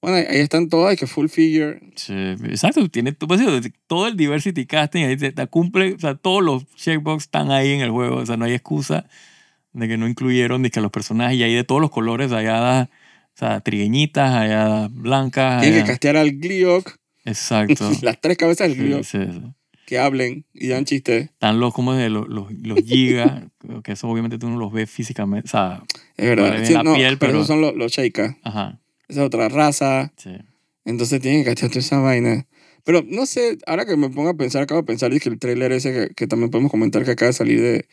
S1: Bueno, ahí están todas, y que full figure.
S2: sí, exacto, tiene tú puedes decir, todo el diversity casting, ahí te, te cumple, o sea, todos los checkbox están ahí en el juego, o sea, no hay excusa de que no incluyeron de que los personajes y hay de todos los colores, hay hadas, o sea, trigueñitas, hay hadas blancas, hay
S1: Tienen que
S2: hadas-
S1: castear al Gliok,
S2: Ah, exacto.
S1: las tres cabezas del
S2: Sí,
S1: Gliok,
S2: sí, sí.
S1: que hablen y dan chistes.
S2: Están los como de los, los, los gigas, que eso obviamente tú no los ves físicamente, o sea,
S1: Es verdad.
S2: Vale,
S1: Sí,
S2: la
S1: no,
S2: piel,
S1: pero
S2: pero-
S1: esos son los, los Sheikah.
S2: ajá,
S1: Esa es otra raza.
S2: sí.
S1: Entonces tienen que castear toda esa vaina. Pero no sé, ahora que me pongo a pensar, acabo de pensar, es que el trailer ese que, que también podemos comentar que acaba de salir de,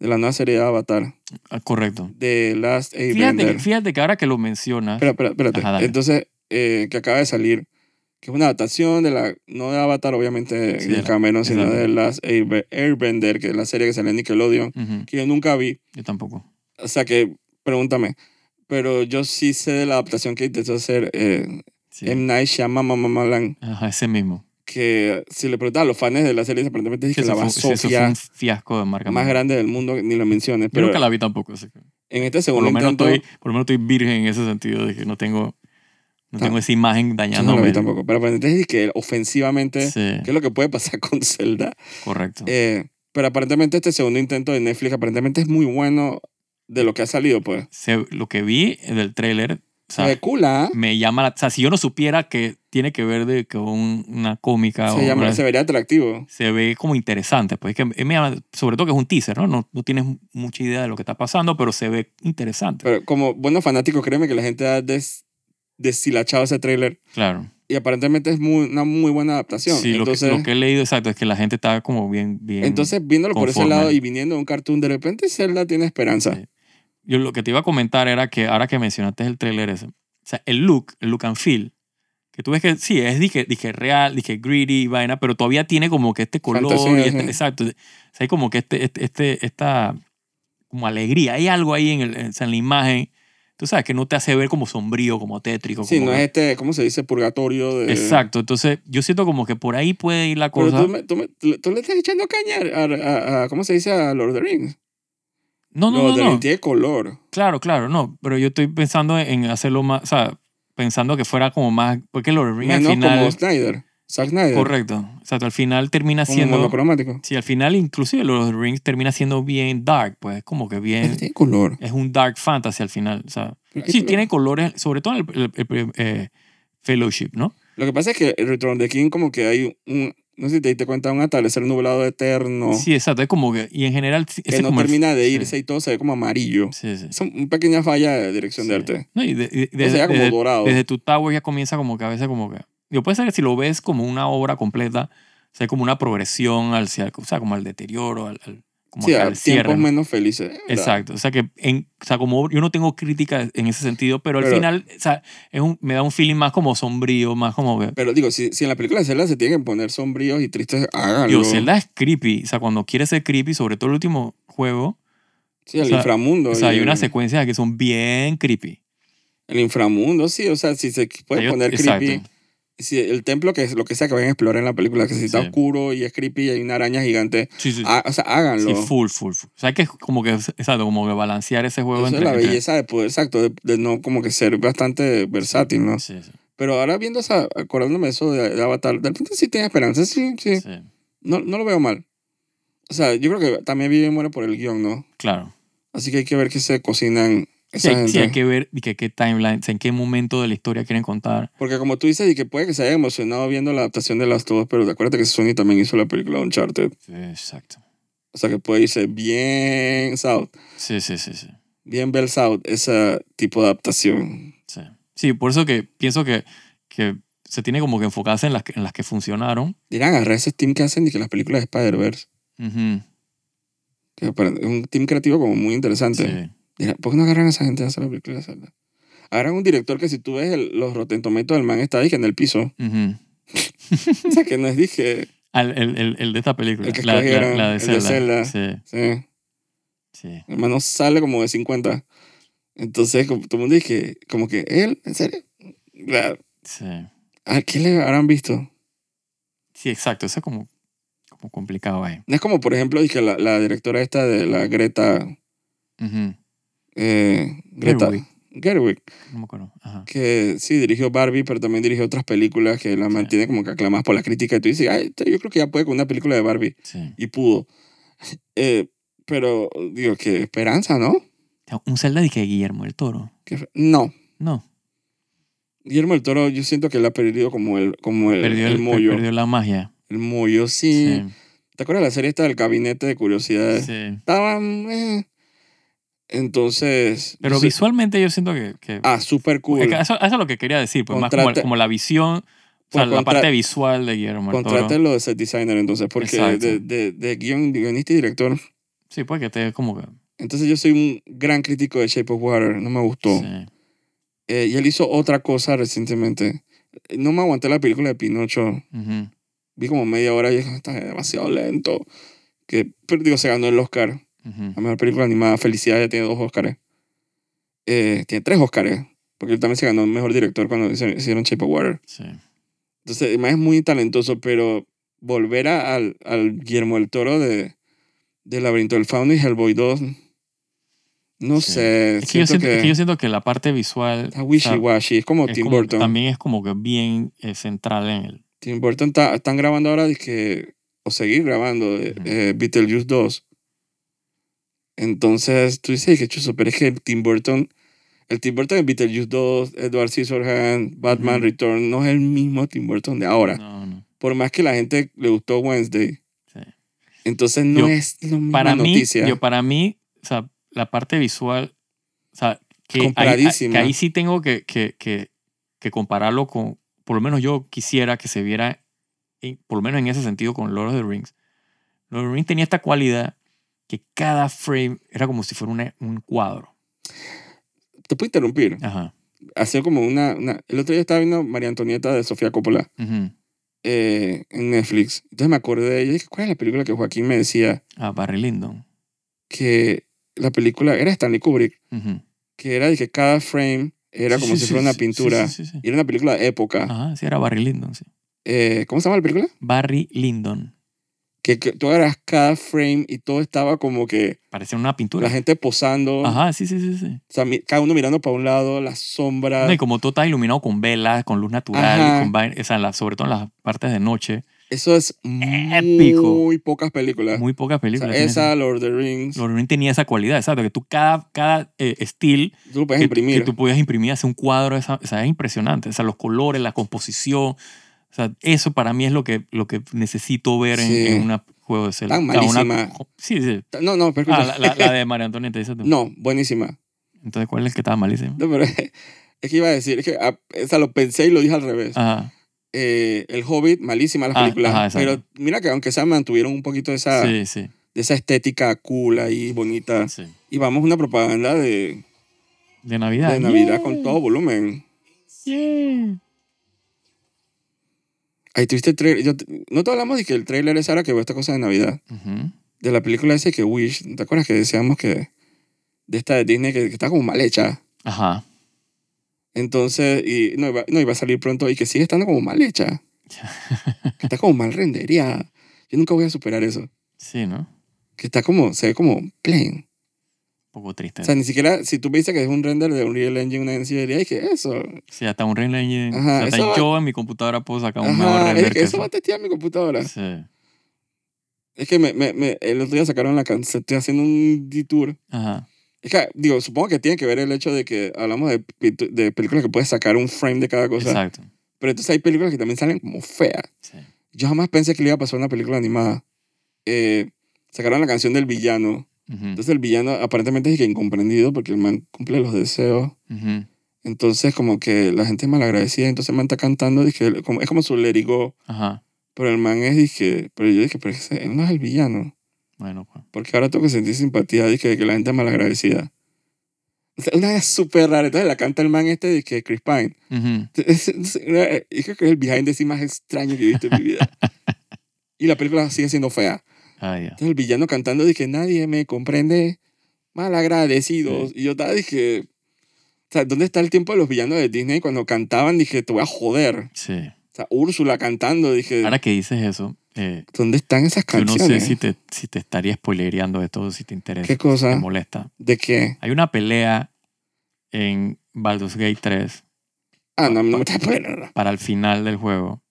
S1: de la nueva serie de Avatar,
S2: Ah, correcto.
S1: de Last
S2: Fíjate, que-
S1: Airbender.
S2: fíjate que ahora que lo mencionas,
S1: Espera, espera, espérate.
S2: Ajá, dale.
S1: Entonces, eh, que acaba de salir, que es una adaptación de la, no de Avatar, obviamente,
S2: Sí,
S1: de
S2: de la-
S1: Cameron, sino
S2: exacto.
S1: de Last Airbe- Airbender, que es la serie que salió en Nickelodeon,
S2: Ujú,
S1: que yo nunca vi.
S2: yo tampoco.
S1: O sea que, pregúntame. Pero yo sí sé de la adaptación que intentó hacer eh,
S2: Sí.
S1: M. Night Shyamalan.
S2: Ajá, ese mismo.
S1: que si le preguntaba a los fans de la serie, aparentemente dije que
S2: Eso
S1: la
S2: fue- sí, eso fue
S1: basofia
S2: un fiasco de marca.
S1: más
S2: mundial.
S1: grande del mundo, ni lo menciones,
S2: Yo
S1: pero
S2: nunca la vi tampoco. así que
S1: en este
S2: por,
S1: segundo
S2: lo menos
S1: intento,
S2: estoy, por lo menos estoy virgen en ese sentido de que no tengo, no
S1: Ah.
S2: tengo esa imagen
S1: yo no la
S2: dañándome.
S1: vi tampoco, pero aparentemente dije que ofensivamente,
S2: Sí, Ah.
S1: ¿qué es lo que puede pasar con Zelda?
S2: correcto.
S1: Eh, pero aparentemente este segundo intento de Netflix aparentemente es muy bueno de lo que ha salido, pues.
S2: Se- lo que vi del tráiler, o
S1: Se
S2: sea,
S1: ve cool, ¿ah?
S2: me llama la... O sea, si yo no supiera que tiene que ver de que un- una cómica o
S1: Se, llama,
S2: una-
S1: se vería atractivo.
S2: se ve como interesante. Pues que me llama- sobre todo que es un teaser, ¿no? ¿no? No tienes mucha idea de lo que está pasando, pero se ve interesante.
S1: Pero como buenos fanáticos, créeme que la gente ha des- deshilachado ese tráiler
S2: claro.
S1: y aparentemente es muy, una muy buena adaptación.
S2: Sí, lo que-
S1: entonces,
S2: lo, que, he leído exacto es que la gente está como bien, bien.
S1: Entonces, viéndolo por ese
S2: conforme.
S1: lado y viniendo de un cartoon, de repente Zelda tiene esperanza.
S2: Sí. Yo lo que te iba a comentar era que ahora que mencionaste el trailer ese, o sea, el look, el look and feel, que tú ves que sí, es dije, dije real, dije greedy y vaina, pero todavía tiene como que este color
S1: Fantasía,
S2: y este-
S1: sí.
S2: exacto. O sea, hay como que este, este, este- esta como alegría, hay algo ahí en, el, en- o sea, en la imagen, tú sabes, que no te hace ver como sombrío, como tétrico.
S1: Sí,
S2: como
S1: no es
S2: que-
S1: este, ¿cómo se dice? Purgatorio de...
S2: Exacto, entonces yo siento como que por ahí puede ir la
S1: Pero
S2: cosa.
S1: tú, me- tú, me- tú- tú le estás echando caña a, a- a- ¿cómo se dice? A Lord of the Rings.
S2: No, no,
S1: Lord
S2: no,
S1: of the
S2: no.
S1: Rings tiene color.
S2: Claro, claro, no, pero yo estoy pensando en hacerlo más, o sea, pensando que fuera como más, porque Lord of the Rings al
S1: Menos como
S2: final,
S1: Snyder. Zack Snyder.
S2: correcto, o sea, al final termina
S1: Como
S2: siendo,
S1: monocromático.
S2: sí, al final inclusive Lord of the Rings termina siendo bien dark, pues como que
S1: Pero
S2: bien,
S1: tiene color.
S2: es un dark fantasy al final, o sea,
S1: Pero hay
S2: sí,
S1: color.
S2: tiene colores, sobre todo en el, el- el- el- eh, Fellowship, ¿no?
S1: Lo que pasa es que el Return of the King como que hay un... No sé si te diste cuenta, un atardecer nublado eterno.
S2: Sí, exacto, es como que, y en general, sí, ese
S1: que
S2: es
S1: no
S2: como el-
S1: termina de
S2: sí,
S1: irse y todo se ve como amarillo.
S2: Sí, sí.
S1: Es un- una pequeña falla de dirección de
S2: Sí.
S1: arte.
S2: No, y de- y de-
S1: Entonces
S2: desde-
S1: ya como
S2: desde-
S1: dorado.
S2: desde tu tower ya comienza como que a veces como que... Yo puede ser que si lo ves como una obra completa, o sea, como una progresión al, o sea, como al deterioro, al, al- como
S1: Sí,
S2: que
S1: a
S2: al cierre,
S1: tiempos
S2: ¿no?
S1: menos felices. ¿verdad?
S2: Exacto. O sea que en, o sea, como yo no tengo crítica en ese sentido, pero al
S1: Pero-
S2: final o sea, es un- me da un feeling más como sombrío, más como que-
S1: Pero digo, si, si en la película de Zelda se tienen que poner sombríos y tristes, háganlo.
S2: Yo, Zelda es creepy. O sea, cuando quiere ser creepy, sobre todo el último juego,
S1: sí, el
S2: o sea,
S1: inframundo.
S2: o sea,
S1: y
S2: hay
S1: el-
S2: unas secuencias que son bien creepy.
S1: El inframundo, sí, o sea, si se
S2: O sea,
S1: puede
S2: yo-
S1: poner
S2: exacto.
S1: creepy. Si el templo, que es lo que sea que vayan a explorar en la película, que si está
S2: Sí.
S1: oscuro y es creepy y hay una araña gigante,
S2: Sí, sí.
S1: ha- o sea,
S2: Sí,
S1: háganlo.
S2: full, full, full. O sea, que es como que, exacto, como que balancear ese juego
S1: Esa es
S2: entre...
S1: la
S2: entre-
S1: belleza de poder, exacto, de, de no como que ser bastante versátil, ¿no?
S2: Sí, sí,
S1: Pero ahora viendo esa, acordándome eso de, de Avatar, de repente sí tenía esperanza, sí, sí,
S2: sí.
S1: No, no lo veo mal. O sea, yo creo que también vive y muere por el guión, ¿no?
S2: Claro.
S1: Así que hay que ver qué se cocinan esa
S2: Sí, hay- sí,
S1: gente.
S2: hay que ver y que, qué timeline, o sea, en qué momento de la historia quieren contar.
S1: Porque como tú dices, y que puede que se haya emocionado viendo la adaptación de las dos, pero acuérdate que Sony también hizo la película Uncharted.
S2: Sí, exacto.
S1: O sea, que puede irse bien South,
S2: Sí, sí, sí, sí.
S1: bien Bell South, ese tipo de adaptación.
S2: Sí, Sí, por eso que pienso que, que se tiene como que enfocarse en las, que- en las que funcionaron.
S1: Dirán, agarrar ese team que hacen y que las películas de Spider-Verse,
S2: Ujú,
S1: que para- es un team creativo como muy interesante.
S2: sí.
S1: Dirán, ¿por qué no agarran a esa gente a hacer la película de Zelda? Agarran un director que si tú ves el- los rotentometos del man está dije en el piso.
S2: Ujú.
S1: O sea, que no es dije...
S2: Al- el, el- el de esta película.
S1: El que
S2: la, la-
S1: escogieron,
S2: la de
S1: el de Zelda.
S2: Zelda. Sí,
S1: Sí.
S2: sí.
S1: El hermano sale como de 50. Entonces, como todo el mundo dice, como que él, ¿en serio? La-
S2: Sí,
S1: ¿A qué le habrán visto?
S2: Sí, exacto. Eso es como, como complicado ahí.
S1: No es como, por ejemplo, dije, la, la directora esta de la Greta.
S2: Ujú.
S1: eh, Greta
S2: Gerwig.
S1: Gerwig,
S2: No me acuerdo. Ajá.
S1: que sí dirigió Barbie, pero también dirigió otras películas que la
S2: Sí.
S1: mantiene como que aclamadas por la crítica. Y tú dices, Ay, yo creo que ya puede con una película de Barbie.
S2: Sí.
S1: Y pudo. Eh, pero, digo, qué esperanza, ¿no?
S2: O sea, Un Zelda de que Guillermo el Toro.
S1: Que- no.
S2: No.
S1: Guillermo del Toro, yo siento que él ha perdido como el, como el,
S2: perdió,
S1: el
S2: el-
S1: mollo.
S2: perdió la magia.
S1: El mollo, sí.
S2: Sí.
S1: ¿Te acuerdas de la serie esta del gabinete de curiosidades?
S2: sí.
S1: Estaban. eh. Entonces.
S2: Pero
S1: yo sé-
S2: visualmente yo siento que. que-
S1: Ah, súper cool.
S2: es que eso, eso es lo que quería decir, pues más como,
S1: Contrate-
S2: como la visión, o sea,
S1: Pues
S2: la
S1: contra-
S2: parte visual de Guillermo del Toro.
S1: Contrátelo de set designer, entonces, porque
S2: Exacto.
S1: de, de, de guion- de guionista y director.
S2: Sí, puede que esté como que.
S1: Entonces, yo soy un gran crítico de Shape of Water, no me gustó.
S2: Sí.
S1: Eh, y él hizo otra cosa recientemente. No me aguanté la película de Pinocho.
S2: Ujú.
S1: Vi como media hora y dije, "Ah, está demasiado lento. Que, pero digo, se ganó el Oscar.
S2: Ujú.
S1: La mejor película animada, Felicidad, ya tiene dos Óscares. Eh, tiene tres Óscares. Porque él también se ganó el mejor director cuando hizo- hicieron Shape of Water.
S2: Sí.
S1: Entonces, además es muy talentoso, pero volver a- al, al Guillermo del Toro de, de Laberinto del Fauno y Hellboy 2, no
S2: Sí.
S1: sé.
S2: Es que,
S1: siento
S2: yo siento,
S1: que,
S2: es que yo siento que la parte visual
S1: está
S2: o sea,
S1: wishy-washy. Es como
S2: es
S1: Tim
S2: como-
S1: Burton.
S2: también es como que bien eh, central en el.
S1: Tim Burton está- están grabando ahora, dizque, o seguir grabando, eh,
S2: Ujú.
S1: eh, Beetlejuice 2. Entonces tú dices, que chuzo, pero es que Tim Burton, el Tim Burton de Beetlejuice 2, Edward Scissorhands, Batman
S2: Ujú.
S1: Return, no es el mismo Tim Burton de ahora.
S2: No, no.
S1: Por más que la gente le gustó Wednesday.
S2: Sí.
S1: Entonces no
S2: Yo-
S1: es la misma
S2: para mí,
S1: noticia.
S2: yo para mí, o sea, la parte visual, o sea, que, ahí-
S1: Compradísima.
S2: que ahí sí tengo que, que, que, que compararlo con, por lo menos yo quisiera que se viera, en- por lo menos en ese sentido, con Lord of the Rings. Lord of the Rings tenía esta cualidad que cada frame era como si fuera una- un cuadro.
S1: Te puedo interrumpir.
S2: Ajá.
S1: Hacer como una, una- El otro día estaba viendo María Antonieta de Sofía Coppola
S2: Ujú.
S1: eh, en Netflix. Entonces me acordé de ella y dije, ¿cuál es la película que Joaquín me decía?
S2: Ah, Barry Lyndon.
S1: que la película era Stanley Kubrick,
S2: Ujú.
S1: que era de que cada frame era
S2: Sí,
S1: como
S2: sí,
S1: si
S2: sí,
S1: fuera una
S2: sí,
S1: pintura.
S2: sí, Ah. sí, sí.
S1: Y era una película de época.
S2: Ajá, sí, era Barry Lyndon, sí.
S1: Eh, ¿Cómo se llama la película?
S2: Barry Lyndon.
S1: Que, que tú agarras cada frame y todo estaba como que
S2: Parecía una pintura.
S1: la gente posando,
S2: Ajá, sí, sí, sí, sí.
S1: o sea, mi- cada uno mirando para un lado, las
S2: No, y
S1: sombras.
S2: como todo está iluminado con velas, con luz natural,
S1: Ajá.
S2: y con vaina- o sea, en la- sobre todo en las partes de noche,
S1: Eso es
S2: Épico.
S1: muy pocas películas.
S2: muy pocas
S1: Ah, O sea,
S2: películas. tienen
S1: esa,
S2: esa-
S1: Lord of the Rings,
S2: Lord of the Rings tenía esa cualidad, exacto, que tú cada, cada eh, estilo
S1: tú lo puedes
S2: que,
S1: imprimir.
S2: que tú podías imprimir, hacer un cuadro, esa, o sea, es impresionante. O sea, los colores, la composición, o sea, eso para mí es lo que, lo que necesito ver en-
S1: Sí.
S2: en, un juego de celda.
S1: Tan
S2: O sea, una-
S1: malísima.
S2: sí, sí.
S1: No, no, pero
S2: Ah,
S1: escucha.
S2: la, la- la de María Antonieta, dices tú.
S1: No, buenísima.
S2: Entonces, ¿cuál es el que estaba malísimo?
S1: No, pero es que iba a decir, es que ah, o sea, lo pensé y lo dije al revés.
S2: Ajá,
S1: eh, El Hobbit, malísima las
S2: Ah,
S1: películas.
S2: ajá, exacto.
S1: pero mira que aunque sea mantuvieron un poquito esa,
S2: sí, sí.
S1: de esa estética cool ahí, bonita.
S2: Sí.
S1: Y vamos a una propaganda de,
S2: De Navidad.
S1: de Navidad
S2: Yeah.
S1: con todo volumen.
S2: Yeah.
S1: Ahí tuviste el trailer. Yo, te- no te hablamos de que el trailer es ahora que ve esta cosa de Navidad.
S2: Ujú.
S1: De la película esa que Wish, ¿te acuerdas que decíamos que de esta de Disney que, que está como mal hecha?
S2: Ajá.
S1: Entonces, y no iba, no iba a salir pronto y que sigue estando como mal hecha. que está como mal rendería. Yo nunca voy a superar eso.
S2: Sí, ¿no? Un
S1: Que está como, se ve como plain.
S2: poco triste.
S1: O sea, ni siquiera, si tú me dices que es un render de Unreal Engine, una NC, diría, "Ay, que eso.
S2: sí, hasta un Unreal Engine.
S1: Ajá,
S2: o sea,
S1: eso
S2: hasta
S1: va-
S2: yo en mi computadora puedo sacar un mejor
S1: Ajá,
S2: render
S1: es que
S2: que
S1: eso va a testear mi computadora.
S2: Sí.
S1: Es que me, me, me- el otro día sacaron la canción, estoy haciendo un detour.
S2: Ajá.
S1: Es que, digo, supongo que tiene que ver el hecho de que hablamos de, pintu- de películas que puedes sacar un frame de cada cosa.
S2: Exacto.
S1: Pero entonces hay películas que también salen como feas.
S2: Sí.
S1: Yo jamás pensé que le iba a pasar una película animada. Eh, sacaron la canción del villano.
S2: Ujú,
S1: Entonces el villano aparentemente es que incomprendido porque el man cumple los deseos.
S2: ujú.
S1: Entonces como que la gente es malagradecida. Entonces el man está cantando. Dije, como, es como su lérico.
S2: Ajá.
S1: Pero el man es, dije, pero yo dije, pero ese, él no es el villano.
S2: Bueno, pues.
S1: Porque ahora tengo que sentir simpatía de que, de que la gente es malagradecida. O sea, una es súper rara. Entonces la canta el man este de que Chris Pine.
S2: Ujú.
S1: Es, es- una- eh, yo creo que es el behind the scenes más extraño que he visto en mi vida. Y la película sigue siendo fea.
S2: Ah, ya.
S1: Entonces el villano cantando de que nadie me comprende. Malagradecidos. Y yo estaba, dije... O sea, ¿dónde está el tiempo de los villanos de Disney? Cuando cantaban dije, te voy a joder. O
S2: Sí.
S1: sea, Úrsula cantando, dije...
S2: Ahora que dices eso, eh,
S1: ¿Dónde están esas
S2: yo no
S1: canciones?
S2: sé si te, si te estaría spoilereando de todo, si te interesa,
S1: ¿Qué
S2: si te
S1: cosa?
S2: molesta.
S1: ¿De qué?
S2: Hay una pelea en Baldur's Gate 3
S1: Ah, no, no me estás poniendo.
S2: para el final del juego,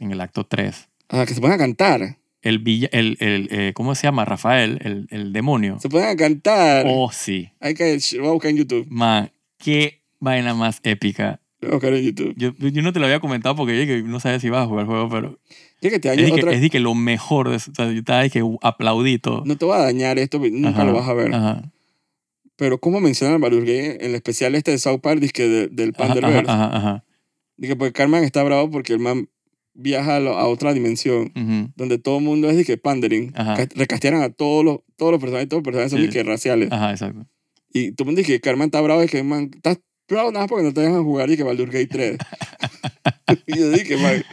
S2: en el acto 3.
S1: Ah, que se ponen a cantar.
S2: El, villa, el, el eh, ¿cómo se llama? Rafael, el, el demonio.
S1: Se ponen a cantar.
S2: Oh, sí.
S1: Hay que sh- voy a buscar en YouTube.
S2: Man, qué vaina más épica.
S1: Voy a buscar en YouTube.
S2: Yo, yo no te lo había comentado porque yo dije que no sabía si ibas a jugar el juego, pero
S1: Ya que te
S2: es
S1: daño
S2: de que,
S1: otra.
S2: es de que lo mejor de eso. O sea, yo estaba de que aplaudito.
S1: No te va a dañar esto, porque nunca
S2: Ajá, Ah.
S1: lo vas a ver.
S2: Ajá,
S1: Pero como mencionan a Baldur's Gate en el especial este de South Park, dizque de- del
S2: ajá,
S1: Panderverse.
S2: ajá, ajá, ajá.
S1: Dije, porque Carmen está bravo porque el man viaja a, lo- a otra dimensión
S2: Ujú,
S1: donde todo el mundo es dizque pandering.
S2: Ajá.
S1: Ca- Recastearon a todos los, todos los personajes, todos los personajes son
S2: Sí.
S1: dizque raciales.
S2: ajá, exacto.
S1: Y todo el mundo dice que Carmen está bravo, es que man, estás bravo nada más porque no te dejan jugar y que Baldur's Gate 3. y yo dije, man,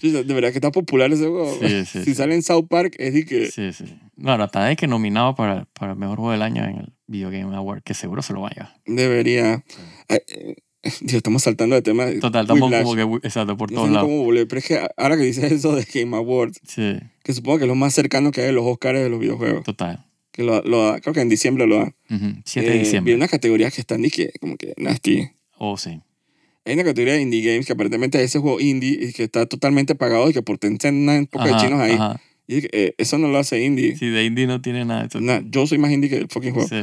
S1: chucha, de verdad que está popular ese juego.
S2: Sí, sí,
S1: si
S2: sí.
S1: sale en South Park, es de que
S2: Sí, sí. No, ahora está de que nominado para, para el mejor juego del año en el Video Game Award, que seguro se lo va a llevar.
S1: debería. Ay, eh, Dios, estamos saltando de tema.
S2: Total, estamos
S1: Whiplash.
S2: como que, exacto, por
S1: Yo
S2: todos
S1: sé ni
S2: lados.
S1: cómo volver, pero es que ahora que dices eso de Game Awards,
S2: Sí,
S1: que supongo que es lo más cercano que hay de los Oscars de los videojuegos,
S2: total.
S1: que lo, lo da- creo que en diciembre lo dan.
S2: Ujú, 7 de
S1: Eh, Vi
S2: diciembre.
S1: unas categorías que están de que, como que nasty.
S2: Oh, sí.
S1: Hay una categoría de indie games que aparentemente es ese juego indie y que está totalmente pagado y que por Tencent una poca de
S2: Ajá,
S1: chinos ahí.
S2: ajá.
S1: Y dije, eh, eso no lo hace indie.
S2: Sí, de indie no tiene nada. Eso-
S1: Nah, yo soy más indie que el fucking juego.
S2: sí.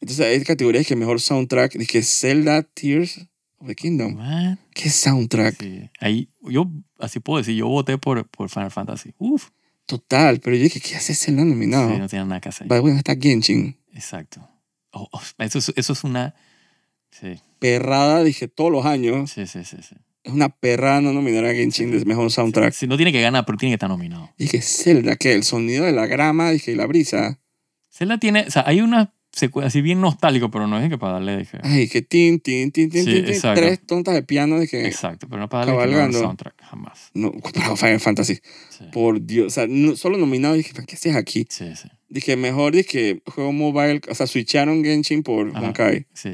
S1: Entonces hay categorías que mejor soundtrack. Dije Zelda Tears of the Kingdom.
S2: What?
S1: ¿Qué soundtrack?
S2: Sí. Ahí, yo, así puedo decir, yo voté por, por Final Fantasy. Uf.
S1: Total. Pero yo dije, ¿qué hace Zelda nominado?
S2: Sí, no tiene nada que hacer.
S1: By the way, está Genshin.
S2: Exacto. Oh, oh, eso, es- eso es una. Sí,
S1: Perrada, dije, todos los años.
S2: sí, sí, sí. sí.
S1: Es una perrada no nominar a Genshin de mejor soundtrack.
S2: Sí, no tiene que ganar, pero tiene que estar nominado.
S1: Dije, Zelda, ¿qué? El sonido de la grama, dije, y la brisa.
S2: Zelda tiene. O sea, hay una secuencia así bien nostálgico, pero no es que para darle. dije,
S1: Ay, que tin, tin, tin, tin,
S2: Sí,
S1: tin, tin.
S2: exacto.
S1: Tres tontas de piano, dije,
S2: Exacto, pero no para darle que
S1: Cabalgando.
S2: no soundtrack, jamás.
S1: No, para Final Fantasy.
S2: Sí,
S1: Por Dios. O sea, no- solo nominado. Dije, ¿para qué haces aquí?
S2: sí, sí.
S1: Dije, mejor dije, juego mobile. O sea, switcharon Genshin por
S2: Ajá.
S1: Honkai.
S2: sí,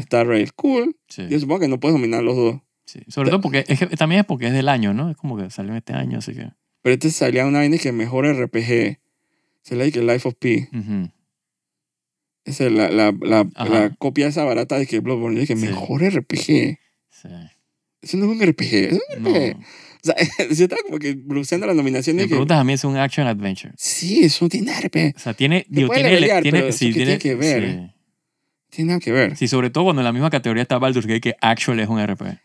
S1: Star Rail. Cool.
S2: sí,
S1: Yo supongo que no puedes dominar los dos.
S2: sí. Sobre todo porque es que- también es porque es del año, ¿no? Es como que salió este año, así que.
S1: Pero este salía una vaina que mejor RPG. Se le dije Life of P.
S2: ujú.
S1: Esa es la, la, la,
S2: Ajá.
S1: la copia esa barata de que Bloodborne. Yo dije,
S2: Sí.
S1: mejor RPG.
S2: Sí.
S1: Eso no es un RPG. Eso no es un
S2: No.
S1: RPG. O sea, yo estaba como que bruceando la nominación.
S2: Me
S1: Dije,
S2: preguntas a mí, es un action adventure.
S1: sí, eso no tiene nada de RPG.
S2: O sea, tiene. digo,
S1: puedes
S2: tiene,
S1: levelear,
S2: tiene,
S1: pero eso que tiene que ver.
S2: sí.
S1: Tiene nada que ver.
S2: Sí, sobre todo cuando en la misma categoría está Baldur's Gate, que actual es un RPG.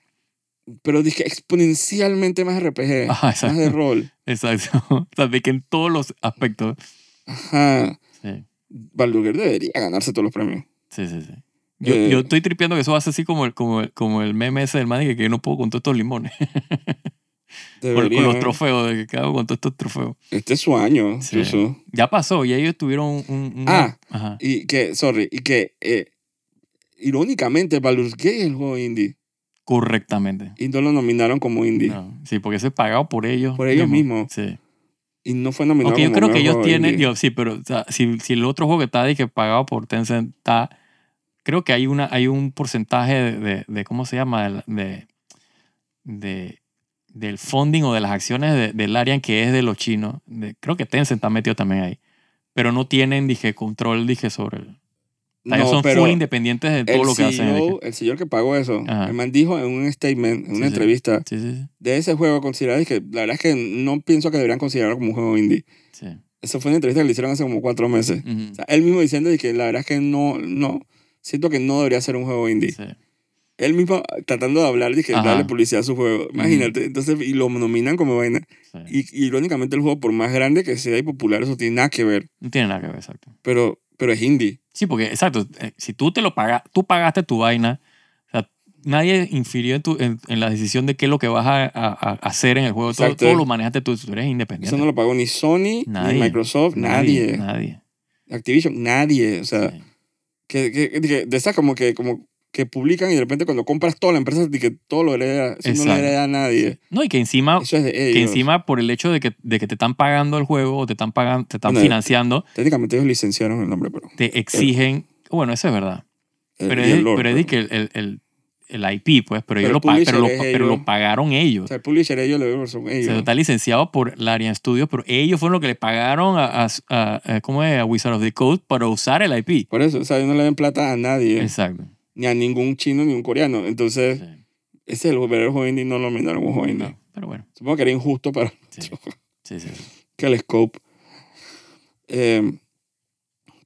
S1: Pero dije, exponencialmente más RPG.
S2: Ajá,
S1: Más de
S2: Ah, exacto.
S1: rol.
S2: Exacto. O sea, de que en todos los aspectos.
S1: Ajá.
S2: Sí,
S1: Balduguer debería ganarse todos los premios.
S2: sí, sí. sí. Yo,
S1: Eh.
S2: yo estoy tripeando que eso va a ser así como el, como el, como el meme ese del man de que yo no puedo con todos estos limones. por, con los
S1: Deberían.
S2: trofeos, de que cago con todos estos trofeos.
S1: Este es su año,
S2: Sí.
S1: Susu.
S2: Ya pasó, ya ellos tuvieron un... un-
S1: Ah.
S2: ajá.
S1: Y que, sorry, y que eh, irónicamente Baldur's Gate es el juego indie.
S2: Correctamente.
S1: Y no lo nominaron como indie.
S2: No, sí, porque eso es pagado por ellos.
S1: Por ellos mismos.
S2: Sí.
S1: Y no fue nominado
S2: Aunque yo
S1: como
S2: creo que
S1: mejor
S2: ellos
S1: juego
S2: tienen...
S1: indie.
S2: Yo, sí, pero o sea, si, si el otro juego que está de que pagado por Tencent está... Creo que hay, una, hay un porcentaje de, de, de- ¿Cómo se llama? De, de, de- del funding o de las acciones de- del área que es de los chinos. De- creo que Tencent está metido también ahí. Pero no tienen, dije, control, dije, sobre el... o sea, ellos
S1: No,
S2: son
S1: pero
S2: full independientes de todo
S1: el
S2: lo que hacen. dije.
S1: CEO, el señor que pagó eso,
S2: Ajá.
S1: el man dijo en un statement, en
S2: Sí,
S1: una
S2: sí.
S1: entrevista,
S2: Sí, sí, sí.
S1: de ese juego considerado, que la verdad es que no pienso que deberían considerarlo como un juego indie.
S2: sí.
S1: Eso fue una entrevista que le hicieron hace como cuatro meses.
S2: Ujú.
S1: O sea, él mismo diciendo de que la verdad es que no, no, siento que no debería ser un juego indie.
S2: Sí.
S1: Él mismo ah, tratando de hablar, de que
S2: Ajá.
S1: darle publicidad a su juego. Imagínate, entonces, y lo nominan como vaina.
S2: Sí.
S1: Y, y irónicamente el juego, por más grande que sea y popular, eso tiene nada que ver.
S2: No tiene nada que ver, exacto.
S1: Pero, pero es indie.
S2: Sí, porque, exacto, eh, si tú te lo pagas, tú pagaste tu vaina, o sea, nadie infirió en, tu- en, en la decisión de qué es lo que vas a, a- a hacer en el juego. Todo,
S1: Exacto.
S2: todo lo manejaste tú, tú eres independiente.
S1: Eso no lo pagó ni Sony,
S2: Nadie.
S1: ni Microsoft, nadie.
S2: Nadie.
S1: Activision, nadie. O sea,
S2: Sí.
S1: que, que, que- de esas como que, como que publican y de repente cuando compras toda la empresa, de que todo lo hereda, eso no
S2: Exacto.
S1: le hereda a nadie.
S2: No, y que encima,
S1: Eso es de ellos.
S2: que encima por el hecho de que, de que te están pagando el juego o te están, pagando, te están
S1: Bueno,
S2: financiando,
S1: Técnicamente ellos licenciaron el nombre, pero...
S2: te exigen, bueno, eso es verdad,
S1: el- pues.
S2: pero
S1: y
S2: es,
S1: el Lord,
S2: pero es de que el, el, el- el IP, pues, pero,
S1: Pero
S2: ellos lo,
S1: el
S2: pa- pero, lo,
S1: publisher es
S2: pero lo
S1: ellos.
S2: pagaron ellos.
S1: O sea, el publisher ellos, lo son
S2: O sea,
S1: ellos.
S2: está licenciado por Larian Studios, pero ellos fueron los que le pagaron a, a, a- a- ¿cómo es? a Wizard of the Coast para usar el IP.
S1: Por eso, o sea, ellos no le den plata a nadie,
S2: Exacto.
S1: ni a ningún chino, ni un coreano. Entonces,
S2: Sí.
S1: ese es el verdadero juego indie, no lo nominaron como juego indie.
S2: No, pero bueno.
S1: Supongo que era injusto para
S2: Sí. Sí, sí, sí.
S1: que el scope. Eh,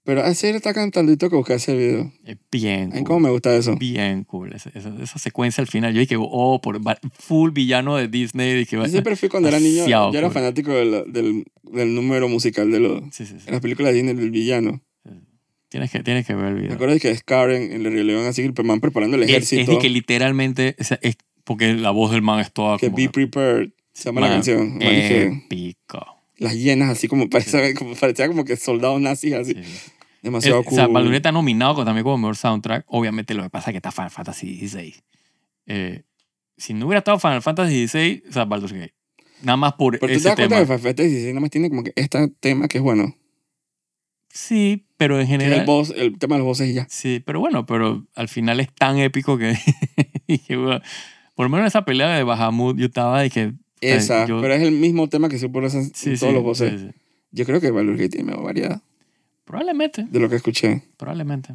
S1: pero ah, así está cantandito que busqué ese video.
S2: Es Bien
S1: Ay,
S2: cool.
S1: ¿Cómo me gusta eso?
S2: Bien cool. Esa, esa- esa secuencia al final. Yo dije, oh, por va- full villano de Disney. Dije, va-
S1: Yo siempre fui cuando era niño,
S2: Demasiado
S1: yo era
S2: cool.
S1: fanático de la- del, del número musical de, los,
S2: Sí, sí, sí.
S1: de las películas de Disney del villano.
S2: Tienes que, tienes que ver el
S1: Me
S2: video.
S1: acuerdo de que Scar en, en el Rey León, así que el man preparando el
S2: Es, es
S1: ejército.
S2: de que literalmente, o sea, es porque la voz del man es toda
S1: que
S2: como
S1: Be Prepared se llama
S2: Man, eh,
S1: la canción. Man, que
S2: épico.
S1: las hienas así como parecía como, parecía como que soldados nazis así.
S2: Sí, sí. El-
S1: Demasiado
S2: Eh, O
S1: cool.
S2: sea, Baldur's Gate está nominado con- también como mejor soundtrack. Obviamente, lo que pasa es que está Final Fantasy XVI. Eh, si no hubiera estado Final Fantasy XVI, o sea, Baldur's Gate. Nada más por
S1: pero tú te
S2: ese
S1: das cuenta
S2: tema.
S1: que Final Fantasy XVI nada más tiene como que este tema que es bueno.
S2: Sí, pero en
S1: Que es el,
S2: general.
S1: boss, el tema de los voces y ya.
S2: Sí, pero bueno, pero al final es tan épico que. dije, bueno, por lo menos en esa pelea de Bahamut, yo estaba dije. sea,
S1: Esa,
S2: Eh, yo-
S1: pero es el mismo tema que se ponen en
S2: Sí,
S1: todos
S2: sí,
S1: los voces.
S2: sí, sí.
S1: Yo creo que Valor Gate tiene más variedad
S2: Probablemente,
S1: de lo que escuché.
S2: probablemente.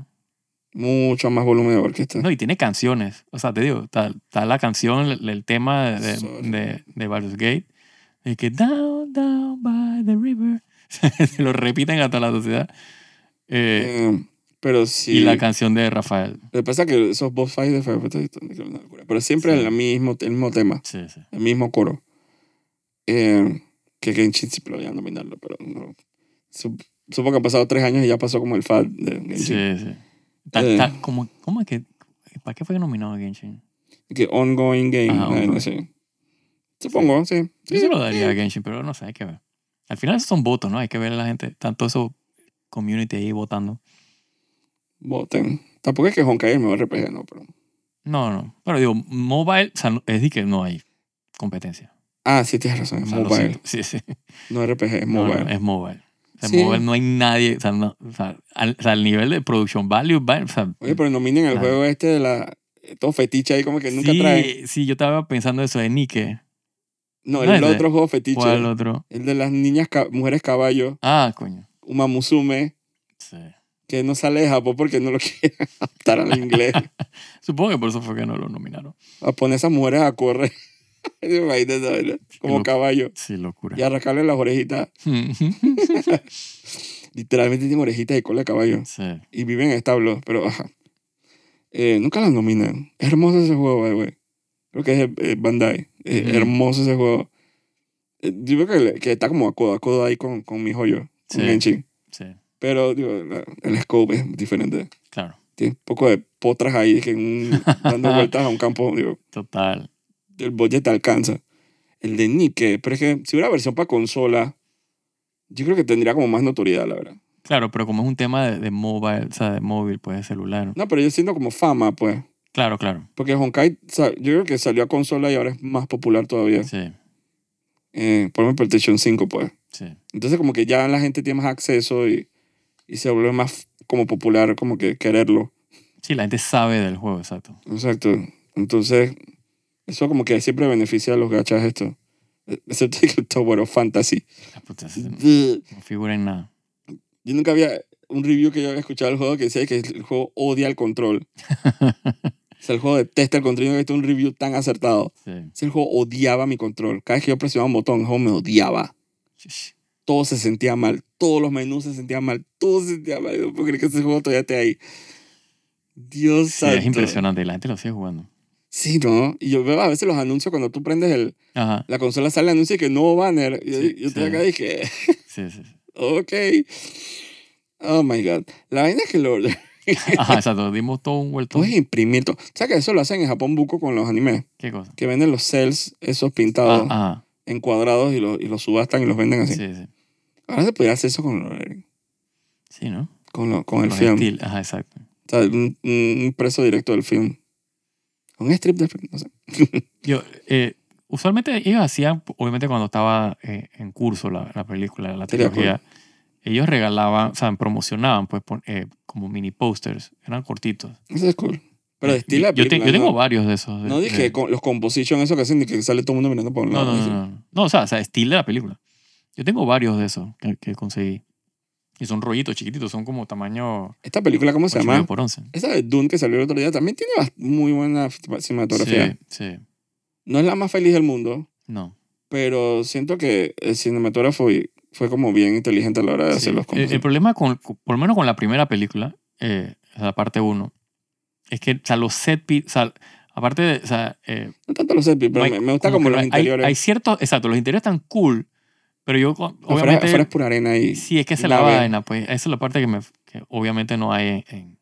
S1: Mucho más volumen de orquesta.
S2: No, y tiene canciones. O sea, te digo, está, está la canción, el, el tema de, de,
S1: Sorry.
S2: de, de Baldur's Gate. De que down, down by the river. Se lo repiten hasta la sociedad. Eh,
S1: Eh, pero sí.
S2: Y la canción de Rafael.
S1: Lo que pasa es que esos boss fights de Final Fantasy son una locura. Pero siempre
S2: Sí.
S1: el, mismo, el mismo tema,
S2: Sí, sí.
S1: el mismo coro. Eh, que Genshin sí lo voy a nominarlo, pero no. Sup- Supongo que han pasado tres años y ya pasó como el fad de Genshin.
S2: Sí, sí. Ta-
S1: Eh.
S2: ta- como, ¿Cómo es que.? ¿Para qué fue nominado a Genshin?
S1: Que ongoing game.
S2: Ajá,
S1: ay,
S2: ongoing.
S1: no sé. Supongo, sí.
S2: Yo se lo daría a
S1: Sí.
S2: Genshin, pero no sé, hay que ver. Al final esos son votos, ¿no? Hay que ver a la gente, tanto esos community ahí votando.
S1: Voten. Tampoco es que Honkai es el mejor RPG, no, pero.
S2: No, no. Pero digo, mobile, o sea, no- es de que no hay competencia.
S1: Ah, sí, tienes razón,
S2: O
S1: es
S2: sea, lo
S1: mobile.
S2: siento. Sí, sí.
S1: No RPG, es
S2: No, no,
S1: mobile.
S2: es mobile. O sea,
S1: Sí.
S2: mobile no hay nadie. O sea, no- o sea, al, o sea, al nivel de production value. va- O sea,
S1: Oye, pero nominen el
S2: Claro.
S1: juego este de la. Todo fetiche ahí, como que nunca
S2: sí,
S1: trae.
S2: sí, yo estaba pensando eso de Nike.
S1: No,
S2: No,
S1: el
S2: ese.
S1: otro juego fetiche.
S2: ¿Cuál otro?
S1: El de las niñas, ca- mujeres caballo,
S2: Ah, coño.
S1: Uma Musume,
S2: Sí.
S1: que no sale de Japón porque no lo quieren adaptar al inglés.
S2: Supongo que por eso fue que no lo nominaron.
S1: A poner esas mujeres a correr. Imagínate esa vaina, Como
S2: loco.
S1: caballo.
S2: Sí, locura.
S1: Y arrancarle las orejitas. Literalmente tienen orejitas y cola de caballo.
S2: sí.
S1: Y viven en establos, pero ajá. Eh, nunca las nominan. Es hermoso ese juego, by the way. Creo que es eh, Bandai. Es
S2: Ujú.
S1: Hermoso ese juego. Eh, Yo creo que, le- que está como a codo a codo ahí con, con mi joyo, con
S2: Sí.
S1: Genshin.
S2: Sí,
S1: Pero digo, la- el scope es diferente.
S2: claro.
S1: Tiene un poco de potras ahí que en un- dando vueltas a un campo. Digo,
S2: Total.
S1: el budget te alcanza. El de Nike. Pero es que si hubiera versión para consola, yo creo que tendría como más notoriedad, la verdad.
S2: Claro, pero como es un tema de, de mobile, o sea, de móvil, pues de celular.
S1: No, pero yo siento como fama, pues.
S2: Claro, claro.
S1: Porque Honkai, o sea, yo creo que salió a consola y ahora es más popular todavía.
S2: Sí,
S1: Eh, por ejemplo, PlayStation 5, pues.
S2: sí.
S1: Entonces como que ya la gente tiene más acceso y, y se vuelve más como popular, como que quererlo.
S2: Sí, la gente sabe del juego, exacto.
S1: Exacto. Entonces, eso como que siempre beneficia a los gachas esto. E-, Excepto que el Tower of Fantasy.
S2: La puta, se- pues, no
S1: Yo
S2: figura en nada.
S1: nunca había un review que yo había escuchado del juego que decía que el juego odia el control. O sea, el juego detesta el control. Yo nunca he visto un review tan acertado.
S2: Sí.
S1: O sea, el juego odiaba mi control. Cada vez que yo presionaba un botón, el juego me odiaba.
S2: Sh-
S1: todo se sentía mal, todos los menús se sentían mal, todo se sentía mal. No puedo creer que ese juego todavía esté ahí. Dios
S2: Sí,
S1: santo.
S2: es impresionante, la gente lo sigue jugando.
S1: Sí, ¿no? Y yo veo a veces los anuncios cuando tú prendes el,
S2: Ajá,
S1: la consola, sale el anuncio y que no banner. Y yo-
S2: Sí,
S1: yo estoy
S2: sí.
S1: acá y dije,
S2: sí, sí. sí.
S1: ok. Oh my God. La vaina es que lo.
S2: Ajá, exacto, dimos todo un vuelto.
S1: Puedes imprimir todo. ¿Sabes que eso lo hacen en Japón Buco con los animes?
S2: ¿Qué cosa?
S1: Que venden los cells, esos
S2: Ah,
S1: pintados,
S2: ajá,
S1: en cuadrados y los, y los subastan y los venden así.
S2: sí, sí.
S1: Ahora se podría hacer eso con,
S2: Sí, ¿no?
S1: con, lo- con el
S2: Los
S1: film.
S2: estilos, Ajá, exacto.
S1: O sea, un, un preso directo del film. Un strip del film, no sé.
S2: Yo, eh, usualmente ellos hacían, obviamente cuando estaba eh, en curso la, la película, la
S1: Sería
S2: trilogía, ellos regalaban, o sea, promocionaban pues pon- eh, como mini posters, eran cortitos.
S1: Eso es cool. Pero de
S2: Eh,
S1: estilo de
S2: yo, te-
S1: película,
S2: yo tengo
S1: ¿no?
S2: varios de esos. de-
S1: No dije
S2: de-
S1: con los composition, eso que hacen, de que sale todo el mundo mirando por un
S2: no,
S1: lado.
S2: no, no,
S1: dije,
S2: no, no. No, o sea, o sea, estilo de la película. Yo tengo varios de esos que, que conseguí. Y son rollitos chiquititos, son como tamaño
S1: Esta película, ¿cómo se
S2: 8 medio
S1: llama?
S2: por 11.
S1: Esa de Dune que salió el otro día también tiene bast- muy buena fi- cinematografía.
S2: Sí, sí.
S1: No es la más feliz del mundo,
S2: No.
S1: pero siento que el cinematógrafo y- fue como bien inteligente a la hora de
S2: Sí.
S1: hacer los
S2: El- el,
S1: composiciones.
S2: problema, con, con- por lo menos con la primera película, eh, la parte 1, es que o sea, los set pieces, aparte de, o sea, eh,
S1: No tanto los set pieces, pero
S2: Mike,
S1: me, me gusta como,
S2: que
S1: los
S2: hay-
S1: interiores.
S2: Hay ciertos, exacto, los interiores están cool, pero yo, con-
S1: afuera,
S2: obviamente,
S1: afuera es pura arena y...
S2: sí, es que se
S1: y
S2: la
S1: nave.
S2: vaina, pues, esa es la parte que, me, que obviamente no hay en, en,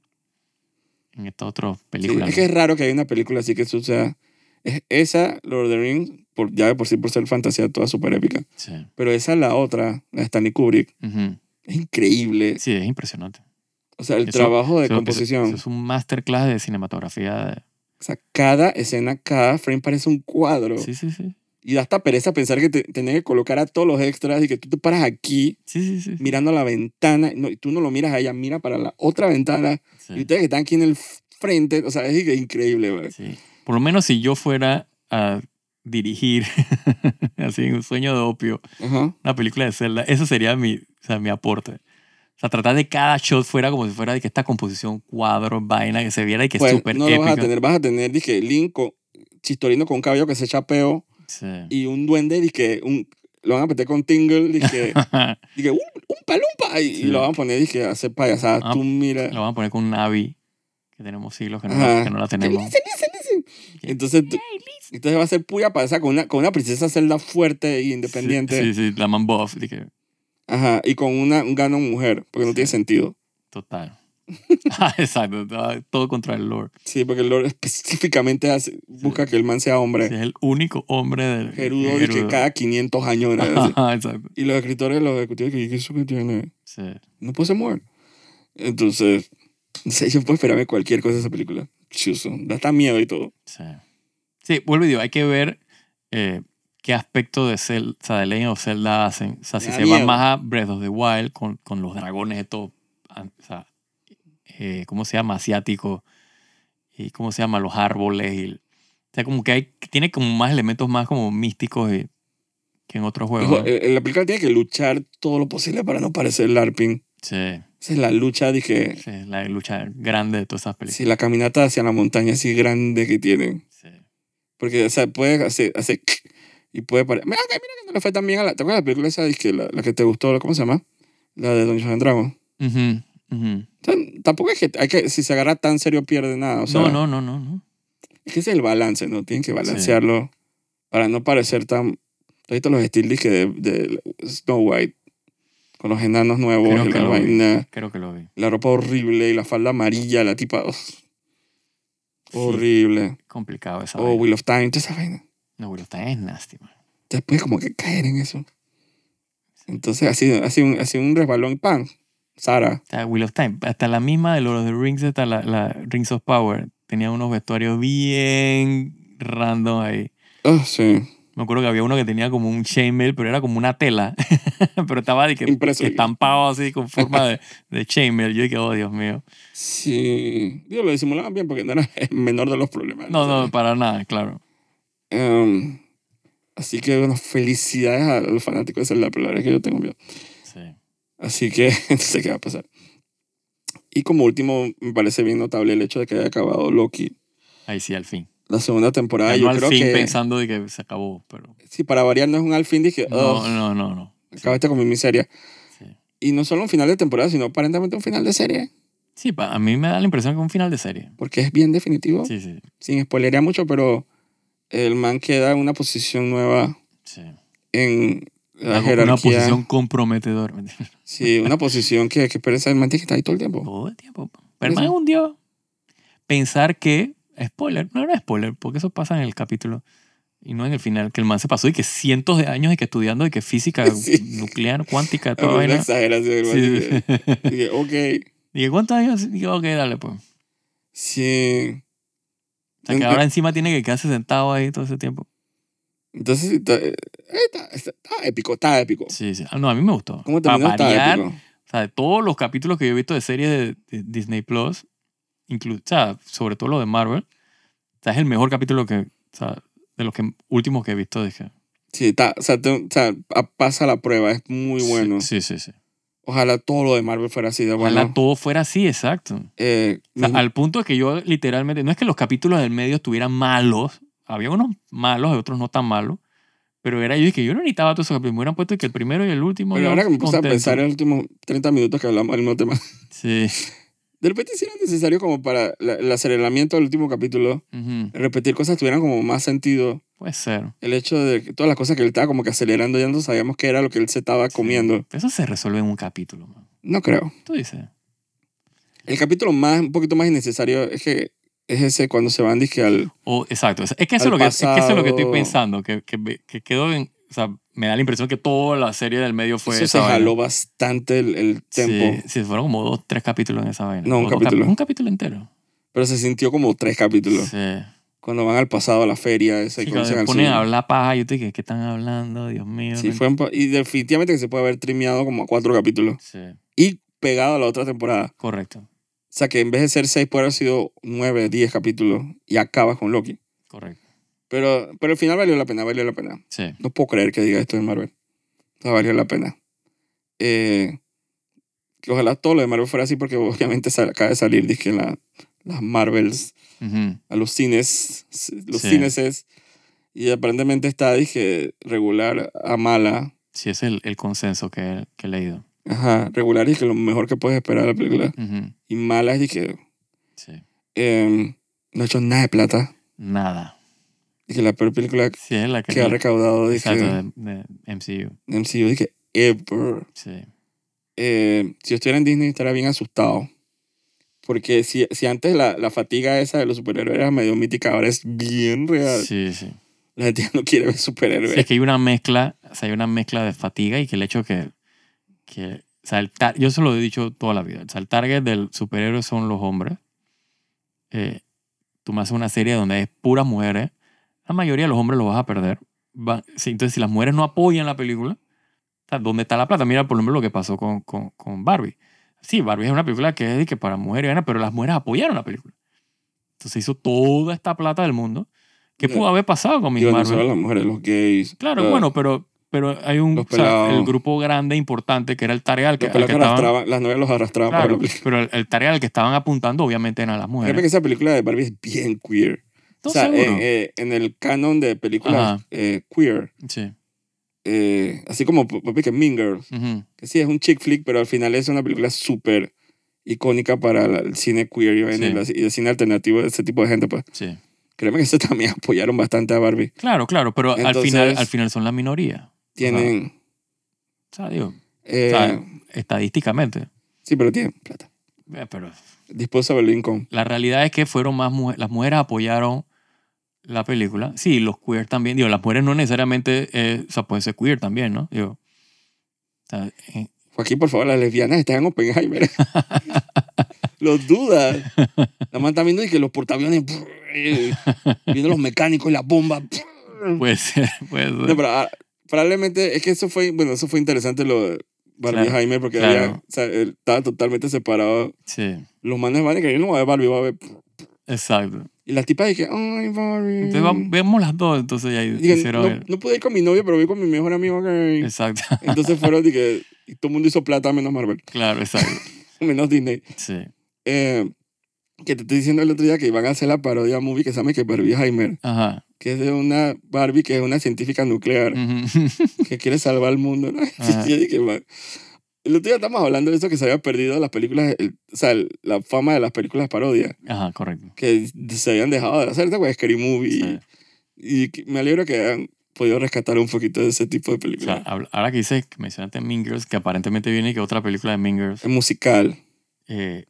S2: en estas otras
S1: Sí,
S2: películas.
S1: es
S2: ¿no?
S1: que es raro que haya una película así que eso sea... Es esa, Lord of the Rings, por, ya de por sí por ser fantasía toda súper épica.
S2: Sí.
S1: Pero esa, la otra, la de Stanley Kubrick,
S2: Ujú.
S1: es increíble.
S2: Sí, es impresionante.
S1: O sea, el
S2: Eso-
S1: trabajo de
S2: Eso- eso-
S1: composición.
S2: eso es un masterclass de cinematografía. de-
S1: O sea, cada escena, cada frame parece un cuadro.
S2: Sí, sí, sí.
S1: Y da hasta pereza pensar que te, tener que colocar a todos los extras y que tú te paras aquí
S2: Sí, sí, sí. sí.
S1: mirando a la ventana. No, y tú no lo miras a ella, mira para la otra ventana.
S2: Sí.
S1: Y ustedes que están aquí en el frente, o sea, es increíble, güey.
S2: Sí. Por lo menos si yo fuera a dirigir, así, un sueño de opio,
S1: Ajá.
S2: una película de Zelda, eso sería mi, o sea, mi aporte. O sea, tratar de cada shot fuera como si fuera de que esta composición, cuadro, vaina, que se viera y que
S1: Pues,
S2: es súper
S1: no lo vas a
S2: épica.
S1: tener, vas a tener, dije, Link con Chistorino con cabello que se chapeo
S2: Sí.
S1: y un duende, dije, un, lo van a meter con Tingle, dije, dije un, un palumpa y, y
S2: Sí.
S1: lo van a poner, dije, a hacer payasadas.
S2: Ah,
S1: Tú mira.
S2: Lo van a poner con un Navi, que tenemos siglos que no,
S1: Ajá.
S2: la, que no la
S1: que
S2: tenemos.
S1: Listen, listen, listen. Entonces, tú- entonces va a ser puya pasar con una, con una princesa celda fuerte e independiente.
S2: Sí, sí, sí, la man buff, dije,
S1: Ajá, y con una, un gano mujer, porque no
S2: Sí.
S1: tiene sentido.
S2: total. Ah, Exacto, todo- todo contra el Lord.
S1: Sí, porque el Lord específicamente hace- busca que el man sea hombre.
S2: es el único hombre del
S1: Gerudo, y que cada 500 años. era así.
S2: Ajá, Exacto.
S1: Y los escritores, los ejecutivos, que "¿Qué es eso que tiene?
S2: Sí.
S1: no puede ser mujer. Entonces, no sé, yo puedo esperarme cualquier cosa de esa película. Chuso, da hasta miedo y todo.
S2: Sí. Sí, vuelvo y digo, hay que ver eh, qué aspecto de, Zelda, o sea, de Legend of Zelda hacen. O sea,
S1: Me
S2: si
S1: da
S2: se van
S1: miedo.
S2: más a Breath of the Wild con, con los dragones estos, an- o sea, eh, ¿cómo se llama? Asiáticos. Y cómo se llama, los árboles. Y, o sea, como que hay, tiene como más elementos más como místicos y- que en otros juegos.
S1: Ojo,
S2: ¿no?
S1: eh, eh, la película tiene que luchar todo lo posible para no parecer LARPing.
S2: Sí,
S1: Esa es la lucha, dije,
S2: sí, es la lucha grande de todas esas
S1: Sí,
S2: películas.
S1: la caminata hacia la montaña así grande que tienen.
S2: Sí.
S1: Porque, o sea, puedes hacer, hacer y puede parar. Mira, que- mira que no le fue tan bien a la. ¿Te acuerdas de la película esa? Dizque la, la que te gustó, ¿cómo se llama? La de Don Juan Dragon.
S2: Ujú,
S1: O
S2: ujú.
S1: sea, tampoco es que, hay que. Si se agarra tan serio, pierde nada. O sea,
S2: no, no, no, no, no.
S1: Es que ese es el balance, ¿no? Tienen que balancearlo para no parecer tan. Ahorita los estilos que de, de Snow White. Con los enanos nuevos
S2: Creo
S1: y
S2: que
S1: la
S2: lo vi.
S1: vaina.
S2: Creo que lo vi.
S1: La ropa horrible y la falda amarilla, la tipa. ugh,
S2: Sí,
S1: horrible.
S2: complicado esa
S1: O oh,
S2: vaina.
S1: Wheel of Time, toda esa vaina.
S2: No, güey, está es nasty, man.
S1: Entonces, Entonces puedes como que caer en eso. Entonces ha sido, ha sido, un, ha sido un resbalón pan. Sara.
S2: Hasta Wheel of Time. Hasta la misma de Lord of the Rings, hasta la, la Rings of Power. Tenía unos vestuarios bien random ahí.
S1: Oh, sí.
S2: Me acuerdo que había uno que tenía como un chainmail, pero era como una tela. pero estaba de que,
S1: Impreso.
S2: que estampado así con forma de, de chainmail. Yo dije, oh, Dios mío.
S1: Sí. Digo, lo disimulaban bien porque no era el menor de los problemas.
S2: No, no, para nada, claro.
S1: Em, así que, bueno, felicidades a los fanáticos de Zelda, pero la verdad es que yo tengo miedo.
S2: Sí.
S1: Así que, no sé qué va a pasar. Y como último, me parece bien notable el hecho de que haya acabado Loki.
S2: Ahí sí, al fin.
S1: La segunda temporada,
S2: Ya
S1: Ah, yo
S2: no al
S1: creo
S2: fin
S1: que.
S2: pensando de que se acabó, pero...
S1: Sí, para variar, no es un al fin, dije,
S2: No,
S1: "Ugh,
S2: no, no, no.
S1: acabaste con mi miseria.
S2: Sí.
S1: Y no solo un final de temporada, sino aparentemente un final de serie,
S2: Sí, pa- a mí me da la impresión que es un final de serie.
S1: porque es bien definitivo.
S2: Sí, sí,
S1: Sin spoilería mucho, pero el man queda en una posición nueva
S2: sí.
S1: en la
S2: Algo-
S1: jerarquía.
S2: Una posición comprometedora.
S1: Sí, una posición que, que parece el man tiene que estar ahí todo el tiempo.
S2: Todo el tiempo. Pero
S1: Sí,
S2: más
S1: sí.
S2: un dios. Pensar que, spoiler, no era spoiler, porque eso pasa en el capítulo y no en el final, que el man se pasó y que cientos de años y que estudiando y que física
S1: Sí.
S2: nuclear, cuántica,
S1: Es
S2: toda
S1: una
S2: vaina.
S1: exageración, el man
S2: Sí,
S1: dice-
S2: sí.
S1: dice, ok,
S2: Dije, ¿cuántos años? Dije, ok, dale, pues. O
S1: sí.
S2: sea, que ahora encima tiene que quedarse sentado ahí todo ese tiempo.
S1: Entonces, está, eh, está- está- está épico, está épico.
S2: Sí, sí. Ah, No, a mí me gustó.
S1: ¿Cómo
S2: Para
S1: terminó? Está
S2: variar,
S1: épico.
S2: o sea, de todos los capítulos que yo he visto de series de, de Disney Plus, inclu- o sea, sobre todo lo de Marvel, o sea, es el mejor capítulo que, o sea, de los que, últimos que he visto. Dije,
S1: Sí, está, o sea, te- o sea, a- pasa la prueba, es muy
S2: sí,
S1: bueno.
S2: Sí, sí, sí.
S1: Ojalá todo lo de Marvel fuera así de bueno.
S2: Ojalá todo fuera así, exacto.
S1: Eh,
S2: O sea,
S1: mismo-
S2: al punto de que yo literalmente, no es que los capítulos del medio estuvieran malos, había unos malos y otros no tan malos, pero era yo que yo no necesitaba todos esos capítulos, me hubieran puesto que el primero y el último.
S1: pero
S2: yo
S1: ahora que me puse
S2: contento.
S1: a pensar en los últimos 30 minutos que hablamos del mismo tema,
S2: Sí.
S1: de repente sí era necesario como para la- el aceleramiento del último capítulo,
S2: Ujú.
S1: repetir cosas tuvieran como más sentido.
S2: Puede ser.
S1: El hecho de que todas las cosas que él estaba como que acelerando ya no sabíamos qué era lo que él se estaba
S2: Sí.
S1: comiendo.
S2: Eso se resuelve en un capítulo, man.
S1: No creo.
S2: Tú dices.
S1: El capítulo más, un poquito más innecesario es que es ese cuando se van dizque al...
S2: O, exacto. Es es que, eso
S1: Al
S2: es lo que, es que eso es lo que estoy
S1: pasado.
S2: pensando. Que, que, me- que quedó en. O sea, me da la impresión que toda la serie del medio fue.
S1: eso se
S2: esa vaina.
S1: jaló bastante el, el tiempo.
S2: Sí, sí, fueron como dos, tres capítulos en esa vaina.
S1: No, un
S2: O dos
S1: capítulo.
S2: cap- Un capítulo entero.
S1: Pero se sintió como tres capítulos.
S2: Sí.
S1: Cuando van al pasado, a la feria, esa y
S2: Sí, cuando
S1: conocen
S2: se
S1: al
S2: ponen
S1: sur.
S2: a hablar paja, yo te dije, ¿qué están hablando? Dios mío.
S1: Sí,
S2: no
S1: fue un po- y definitivamente que se puede haber trimeado como a cuatro capítulos.
S2: ent- sí,
S1: Y pegado a la otra temporada.
S2: correcto,
S1: O sea que en vez de ser seis, puede haber sido nueve, diez capítulos. Y acabas con Loki.
S2: correcto.
S1: Pero, pero al final valió la pena, valió la pena.
S2: Sí,
S1: No puedo creer que diga esto de Marvel. O sea, valió la pena. Eh, que ojalá todo lo de Marvel fuera así, porque obviamente sal- acaba de salir, dije, la, las Marvels
S2: ujú,
S1: a los cines. s- Los
S2: Sí.
S1: cines es. Y aparentemente está, dije, regular a mala.
S2: sí ese es el, el consenso que, que he leído.
S1: Ajá, regular y que lo mejor que puedes esperar de la película.
S2: Ujú,
S1: Y mala es, dije,
S2: Sí,
S1: em, no ha hecho nada de plata.
S2: nada.
S1: Dije, la peor película
S2: Sí, es la que.
S1: que ha recaudado, dije,
S2: exacto, de, de MCU.
S1: de MCU, dije, ever.
S2: Sí,
S1: eh, si yo estuviera en Disney estaría bien asustado. Porque si, si antes la, la fatiga esa de los superhéroes era medio mítica, ahora es bien real.
S2: sí, sí.
S1: La gente ya no quiere ver superhéroes.
S2: Sí, es que hay una mezcla, o sea, hay una mezcla de fatiga y que el hecho que, que o sea, el tar- yo se lo he dicho toda la vida, o sea, el target del superhéroe son los hombres. Eh, tú me haces una serie donde es puras mujeres, la mayoría de los hombres los vas a perder. Va- sí, entonces, si las mujeres no apoyan la película, o sea, ¿dónde está la plata? Mira, por ejemplo, lo que pasó con, con, con Barbie. Sí, Barbie es una película que es de que para mujeres, y vaina, pero las mujeres apoyaron la película. Entonces hizo toda esta plata del mundo. ¿Qué
S1: Ya.
S2: pudo haber pasado con Miss
S1: Digo, no
S2: Marvel?
S1: solo las mujeres, los gays.
S2: Claro,
S1: la-
S2: bueno, pero, pero hay un
S1: Los
S2: o sea, el
S1: pelados.
S2: grupo grande importante que era el tarea al que,
S1: Los pelados
S2: al que
S1: que
S2: estaban.
S1: arrastraban, las novelas los arrastraban para
S2: claro,
S1: la película.
S2: pero el, el tarea al que estaban apuntando obviamente eran las
S1: Créeme
S2: mujeres.
S1: que esa película de Barbie es bien queer. o
S2: No,
S1: sea,
S2: seguro.
S1: en, eh, en el canon de películas
S2: Ajá.
S1: eh, queer,
S2: sí.
S1: eh, así como papi, que Mean Girls,
S2: ujú,
S1: que sí es un chick flick, pero al final es una película súper icónica para la- el cine queer y, vaina,
S2: Sí.
S1: y la- y el cine alternativo de ese tipo de gente. Pues.
S2: sí.
S1: Créeme que eso también apoyaron bastante a Barbie.
S2: Claro, claro, pero al,
S1: Entonces-
S2: final, al final son la minoría.
S1: Tienen.
S2: O sea, digo,
S1: eh,
S2: sea, estadísticamente.
S1: sí, pero tienen plata.
S2: Eh, Pero
S1: Disposable income.
S2: la realidad es que fueron más mujeres, las mujeres apoyaron la película. Sí, los queer también. Digo, las mujeres no necesariamente, eh, o sea, pueden ser queer también, ¿no? Digo, o sea, eh,
S1: Joaquín, por favor, las lesbianas están en Oppenheimer. los dudas. La man también dice que los portaaviones, eh, viendo los mecánicos y las bombas.
S2: puede ser, puede ser.
S1: No, pero, ah, probablemente es que eso fue, bueno, eso fue interesante lo de Barbie
S2: Claro,
S1: Jaime porque
S2: claro.
S1: había- o sea, él estaba totalmente separado.
S2: Sí,
S1: Los manes van a que yo no voy a ver Barbie, voy a ver.
S2: exacto.
S1: Y las tipas dije, ay, Barbie.
S2: Entonces vamos, vemos las dos, entonces ya
S1: Mm. Y dije,
S2: hicieron
S1: no,
S2: el-
S1: no pude ir con mi novio, pero voy con mi mejor amigo. ok.
S2: Exacto,
S1: Entonces fueron, dije, y todo el mundo hizo plata menos Marvel,
S2: claro, exacto.
S1: menos Disney.
S2: Sí,
S1: Eh, que te estoy diciendo el otro día que iban a hacer la parodia movie que se llama que Barbie Heimer,
S2: ajá.
S1: que es de una Barbie que es una científica nuclear
S2: Ujú.
S1: que quiere salvar el mundo. ¿no?
S2: Ajá.
S1: Yo dije, "Man". El otro día estamos hablando de eso que se había perdido las películas, el- o sea, el- la fama de las películas parodia,
S2: Ajá, correcto.
S1: que se habían dejado de hacer, de Scary Movie.
S2: Sí.
S1: Y que- me alegro que hayan podido rescatar un poquito de ese tipo de
S2: O sea,
S1: películas.
S2: habla- ahora que dices, que mencionaste Mean Girls, que aparentemente viene que otra película de Mean Girls.
S1: Es musical.
S2: eh,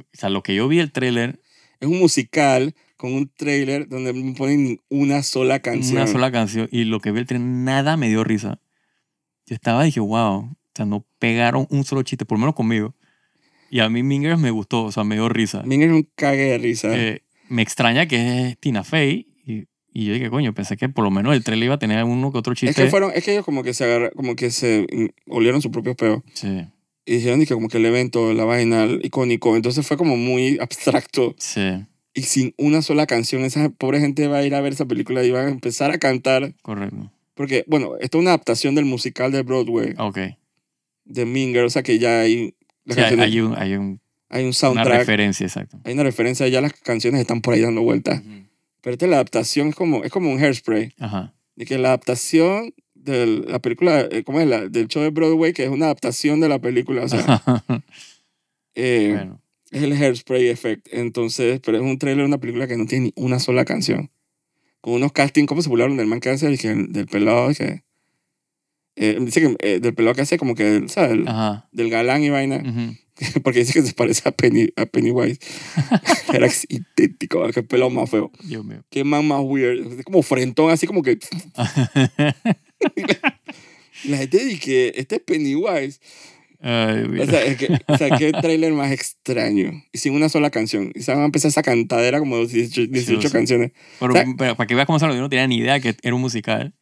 S2: o sea, lo que yo vi el tráiler,
S1: Es un musical con un trailer donde no ponen una sola canción.
S2: una sola canción, y lo que vi el tráiler, nada me dio risa. Yo estaba y dije, wow, o sea, no pegaron un solo chiste, por lo menos conmigo. Y a mí Mean Girls me gustó, o sea, me dio risa.
S1: También es un cague de risa.
S2: Eh, me extraña que es Tina Fey, y, y yo dije, coño, pensé que por lo menos el tráiler iba a tener uno que otro chiste.
S1: es que fueron, es que ellos como que se agarraron, como que se mm, olieron sus propios peos.
S2: Sí,
S1: Y dijeron que como que el evento, la vaina, el icónico. Entonces fue como muy abstracto.
S2: sí,
S1: Y sin una sola canción, esa pobre gente va a ir a ver esa película y va a empezar a cantar.
S2: correcto.
S1: Porque, bueno, esto es una adaptación del musical de Broadway,
S2: Ok.
S1: de Minger. O sea que ya hay, las
S2: Ah. Sí, hay,
S1: canciones-
S2: hay un- hay un-
S1: hay un
S2: una
S1: soundtrack,
S2: referencia, exacto.
S1: hay una referencia, ya las canciones están por ahí dando vueltas.
S2: Ujú.
S1: Pero esta es la adaptación, es como, es como un hairspray.
S2: Ajá,
S1: de que la adaptación de la película, eh, ¿cómo es? La, del show de Broadway, que es una adaptación de la película, o sea, eh,
S2: bueno.
S1: es el Hairspray Effect. Entonces, pero es un trailer de una película que no tiene ni una sola canción. Con unos castings, ¿cómo se burlaron del man que hace? Dije, del pelado, que, eh, dice que eh, del pelado que hace como que, ¿sabes? Del-
S2: Ajá.
S1: Del galán y vaina,
S2: ujú.
S1: porque dice que se parece a, Penny, a Pennywise. Era idéntico, qué pelado más feo.
S2: Dios mío.
S1: Qué man más weird. Es como frentón, así como que la gente dice que este es Pennywise.
S2: Ay,
S1: O
S2: mira.
S1: sea, es que, o sea, qué trailer más extraño. Y sin una sola canción. Y se va a empezar esa cantadera como de 18, 18
S2: sí.
S1: canciones.
S2: pero,
S1: o sea-
S2: pero para que veas cómo salió, yo no tenía ni idea que era un musical.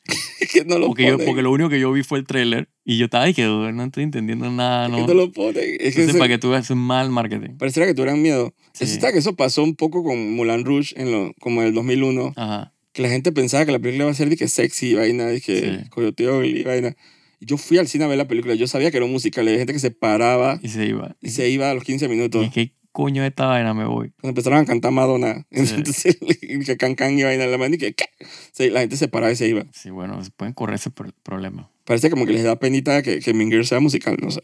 S1: Que no lo
S2: Porque, yo,
S1: ponen.
S2: porque lo único que yo vi fue el tráiler y yo estaba y que "Uy, no estoy entendiendo nada.
S1: Es
S2: No.
S1: que no lo ponen. Es que
S2: Entonces,
S1: ese-
S2: para que tú veas, es mal marketing.
S1: pareciera que tuvieran miedo.
S2: Sí.
S1: Eso está que eso pasó un poco con Moulin Rouge en lo, como en el 2001.
S2: Ajá.
S1: Que la gente pensaba que la película iba a ser de que sexy, vaina, de que
S2: Sí.
S1: coyote ugly, vaina. Y Yo fui al cine a ver la película. Yo sabía que era un musical. Había gente que se paraba
S2: Y se iba.
S1: y se iba a los 15 minutos.
S2: ¿Y qué coño de esta vaina me voy?
S1: cuando empezaron a cantar Madonna,
S2: Sí.
S1: entonces y que can can y vaina la mano y que ¿qué? Sí, la gente se paraba y se iba.
S2: Sí, bueno, se pueden correr ese pro- problema.
S1: Parece como que les da penita que, que Mean Girls sea musical, no sé.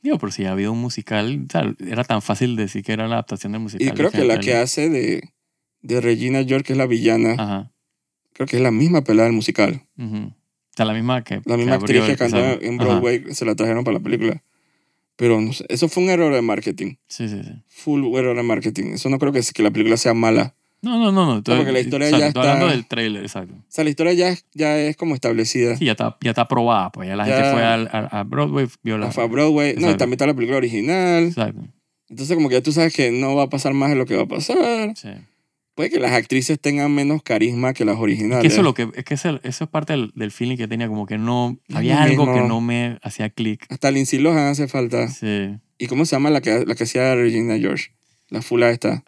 S2: Digo, pero si había un musical, o sea, era tan fácil decir que era la adaptación del musical.
S1: Y creo que la que
S2: el-
S1: hace de, de Regina George, que es la villana,
S2: Ajá.
S1: creo que es la misma pelada del musical.
S2: ujú. O sea, la misma que.
S1: La misma actriz
S2: abrió
S1: que
S2: el-
S1: cantaba
S2: o sea,
S1: en
S2: ajá.
S1: Broadway, se la trajeron para la película. Pero no sé, eso fue un error de marketing,
S2: Sí, sí, sí.
S1: full error de marketing. Eso no creo que, que la película sea mala.
S2: No, no, no, no. Estoy-
S1: porque la historia
S2: exacto,
S1: ya
S2: estoy hablando
S1: está-
S2: del tráiler, exacto.
S1: O sea, la historia ya, es- ya es como establecida.
S2: Sí, ya está, ya está probada, pues ya la
S1: Ya-
S2: gente fue al, a, a Broadway, vio la...
S1: La fue a Broadway, no, y
S2: Exacto.
S1: también está la película original.
S2: Exacto,
S1: Entonces como que ya tú sabes que no va a pasar más de lo que va a pasar.
S2: sí.
S1: Puede que las actrices tengan menos carisma que las originales.
S2: Que eso, es lo que, es que eso, eso es parte del, del feeling que tenía, como que no...
S1: No es
S2: Había
S1: lo
S2: algo
S1: mismo.
S2: que no me hacía clic.
S1: Hasta Lindsay Lohan hace falta.
S2: Sí.
S1: ¿Y cómo se llama la que, la que hacía Regina George? La fula esta.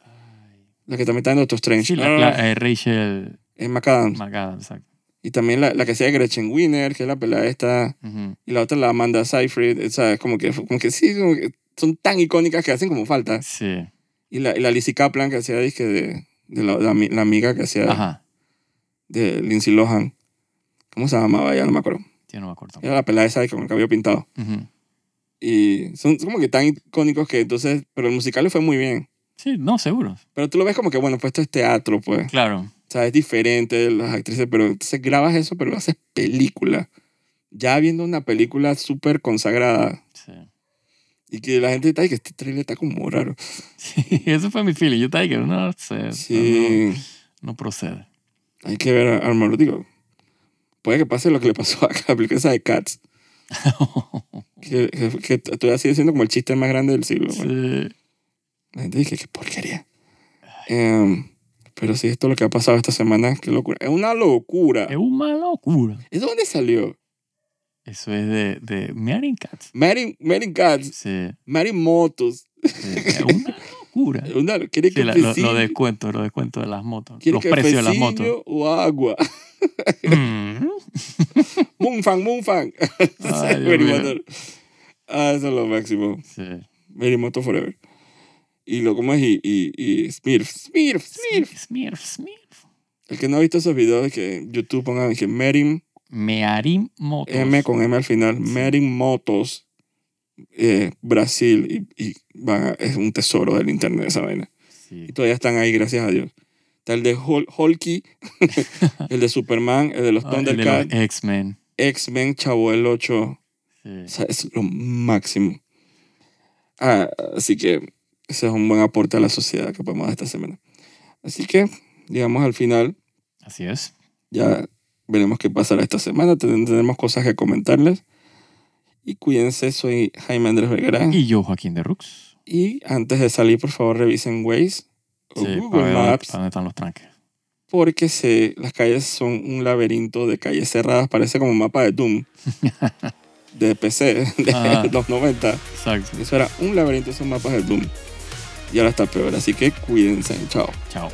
S1: La que también está en Doctor Strange.
S2: Sí, la, la- eh, Rachel
S1: Es McAdams.
S2: McAdams, exacto.
S1: Y también la, la que hacía Gretchen Wiener, que es la pelada esta.
S2: Ujú.
S1: Y la otra la Amanda Seyfried. O sea, es como que, como que sí, como que son tan icónicas que hacen como falta.
S2: Sí,
S1: Y la, y la Lizzie Kaplan que hacía disque de, de la, la ami- la amiga que hacía
S2: ajá.
S1: de Lindsay Lohan. ¿Cómo se llamaba ya? No me acuerdo.
S2: Yo no me acuerdo.
S1: Era la pelada esa con el cabello pintado.
S2: Ujú.
S1: Y son como que tan icónicos que entonces, pero el musical le fue muy bien.
S2: Sí, no, seguro.
S1: Pero tú lo ves como que, bueno, pues esto es teatro, pues.
S2: Claro.
S1: O sea, es diferente las actrices, pero entonces grabas eso, pero haces película. Ya viendo una película súper consagrada
S2: Sí.
S1: y que la gente está y que este trailer está como raro.
S2: Sí, eso fue mi feeling. Yo estaba ahí que no sé, no-
S1: Sí.
S2: no, procede.
S1: Hay que ver a Armor. Digo, puede que pase lo que le pasó a la película esa de Cats. que, que, que estoy así diciendo como el chiste más grande del siglo. güey.
S2: Sí.
S1: La gente dice, qué porquería. Em, pero sí, esto es lo que ha pasado esta semana. Qué locura. Es una locura.
S2: Es una locura.
S1: ¿Es dónde salió?
S2: Eso es de, de Meaning Cats.
S1: Mary, Mary Cats,
S2: Sí,
S1: Mary Motos.
S2: sí. Es una locura.
S1: Una, ¿Quiere que
S2: Sí, la- lo,
S1: fresillo?
S2: lo descuento, lo descuento de las motos.
S1: ¿Quiere
S2: Los
S1: que
S2: precios de las
S1: fresillo
S2: motos.
S1: o agua?
S2: Mm.
S1: Moonfang, Moonfang.
S2: Ay, Dios
S1: Mary
S2: mío.
S1: Motor. Ah, eso es lo máximo.
S2: Sí.
S1: Mary Moto Forever. Y lo como es y, y, y Smurf, Smurf, Smurf.
S2: Smirf, Smirf.
S1: El que no ha visto esos videos de que en YouTube pongan que Merim,
S2: Mearim Motos.
S1: M con M al final, Merim Motos, eh, Brasil, y, y van a- es un tesoro del internet esa vaina.
S2: Sí.
S1: Y todavía están ahí, gracias a Dios. Está el de Hol- Hulky, el de Superman, el de los
S2: Ah, el de los
S1: Thundercats,
S2: X-Men.
S1: X-Men, Chavo el 8.
S2: Sí.
S1: O sea, es lo máximo. Ah, así que ese es un buen aporte a la sociedad que podemos dar esta semana. Así que, digamos, al final
S2: Así es.
S1: ya veremos qué pasará esta semana. Ten- Tenemos cosas que comentarles. Y cuídense, soy Jaime Andrés Vergara.
S2: Y yo, Joaquín de Rux.
S1: Y antes de salir, por favor, revisen Waze o
S2: Sí, para
S1: Google
S2: ver dónde-
S1: Maps,
S2: para dónde están los tranques.
S1: porque se, las calles son un laberinto de calles cerradas. Parece como un mapa de Doom de PC de
S2: Ah.
S1: los 90.
S2: Exacto.
S1: Eso era un laberinto, esos mapas del Doom. Y ahora está peor, así que cuídense. Chao.
S2: Chao.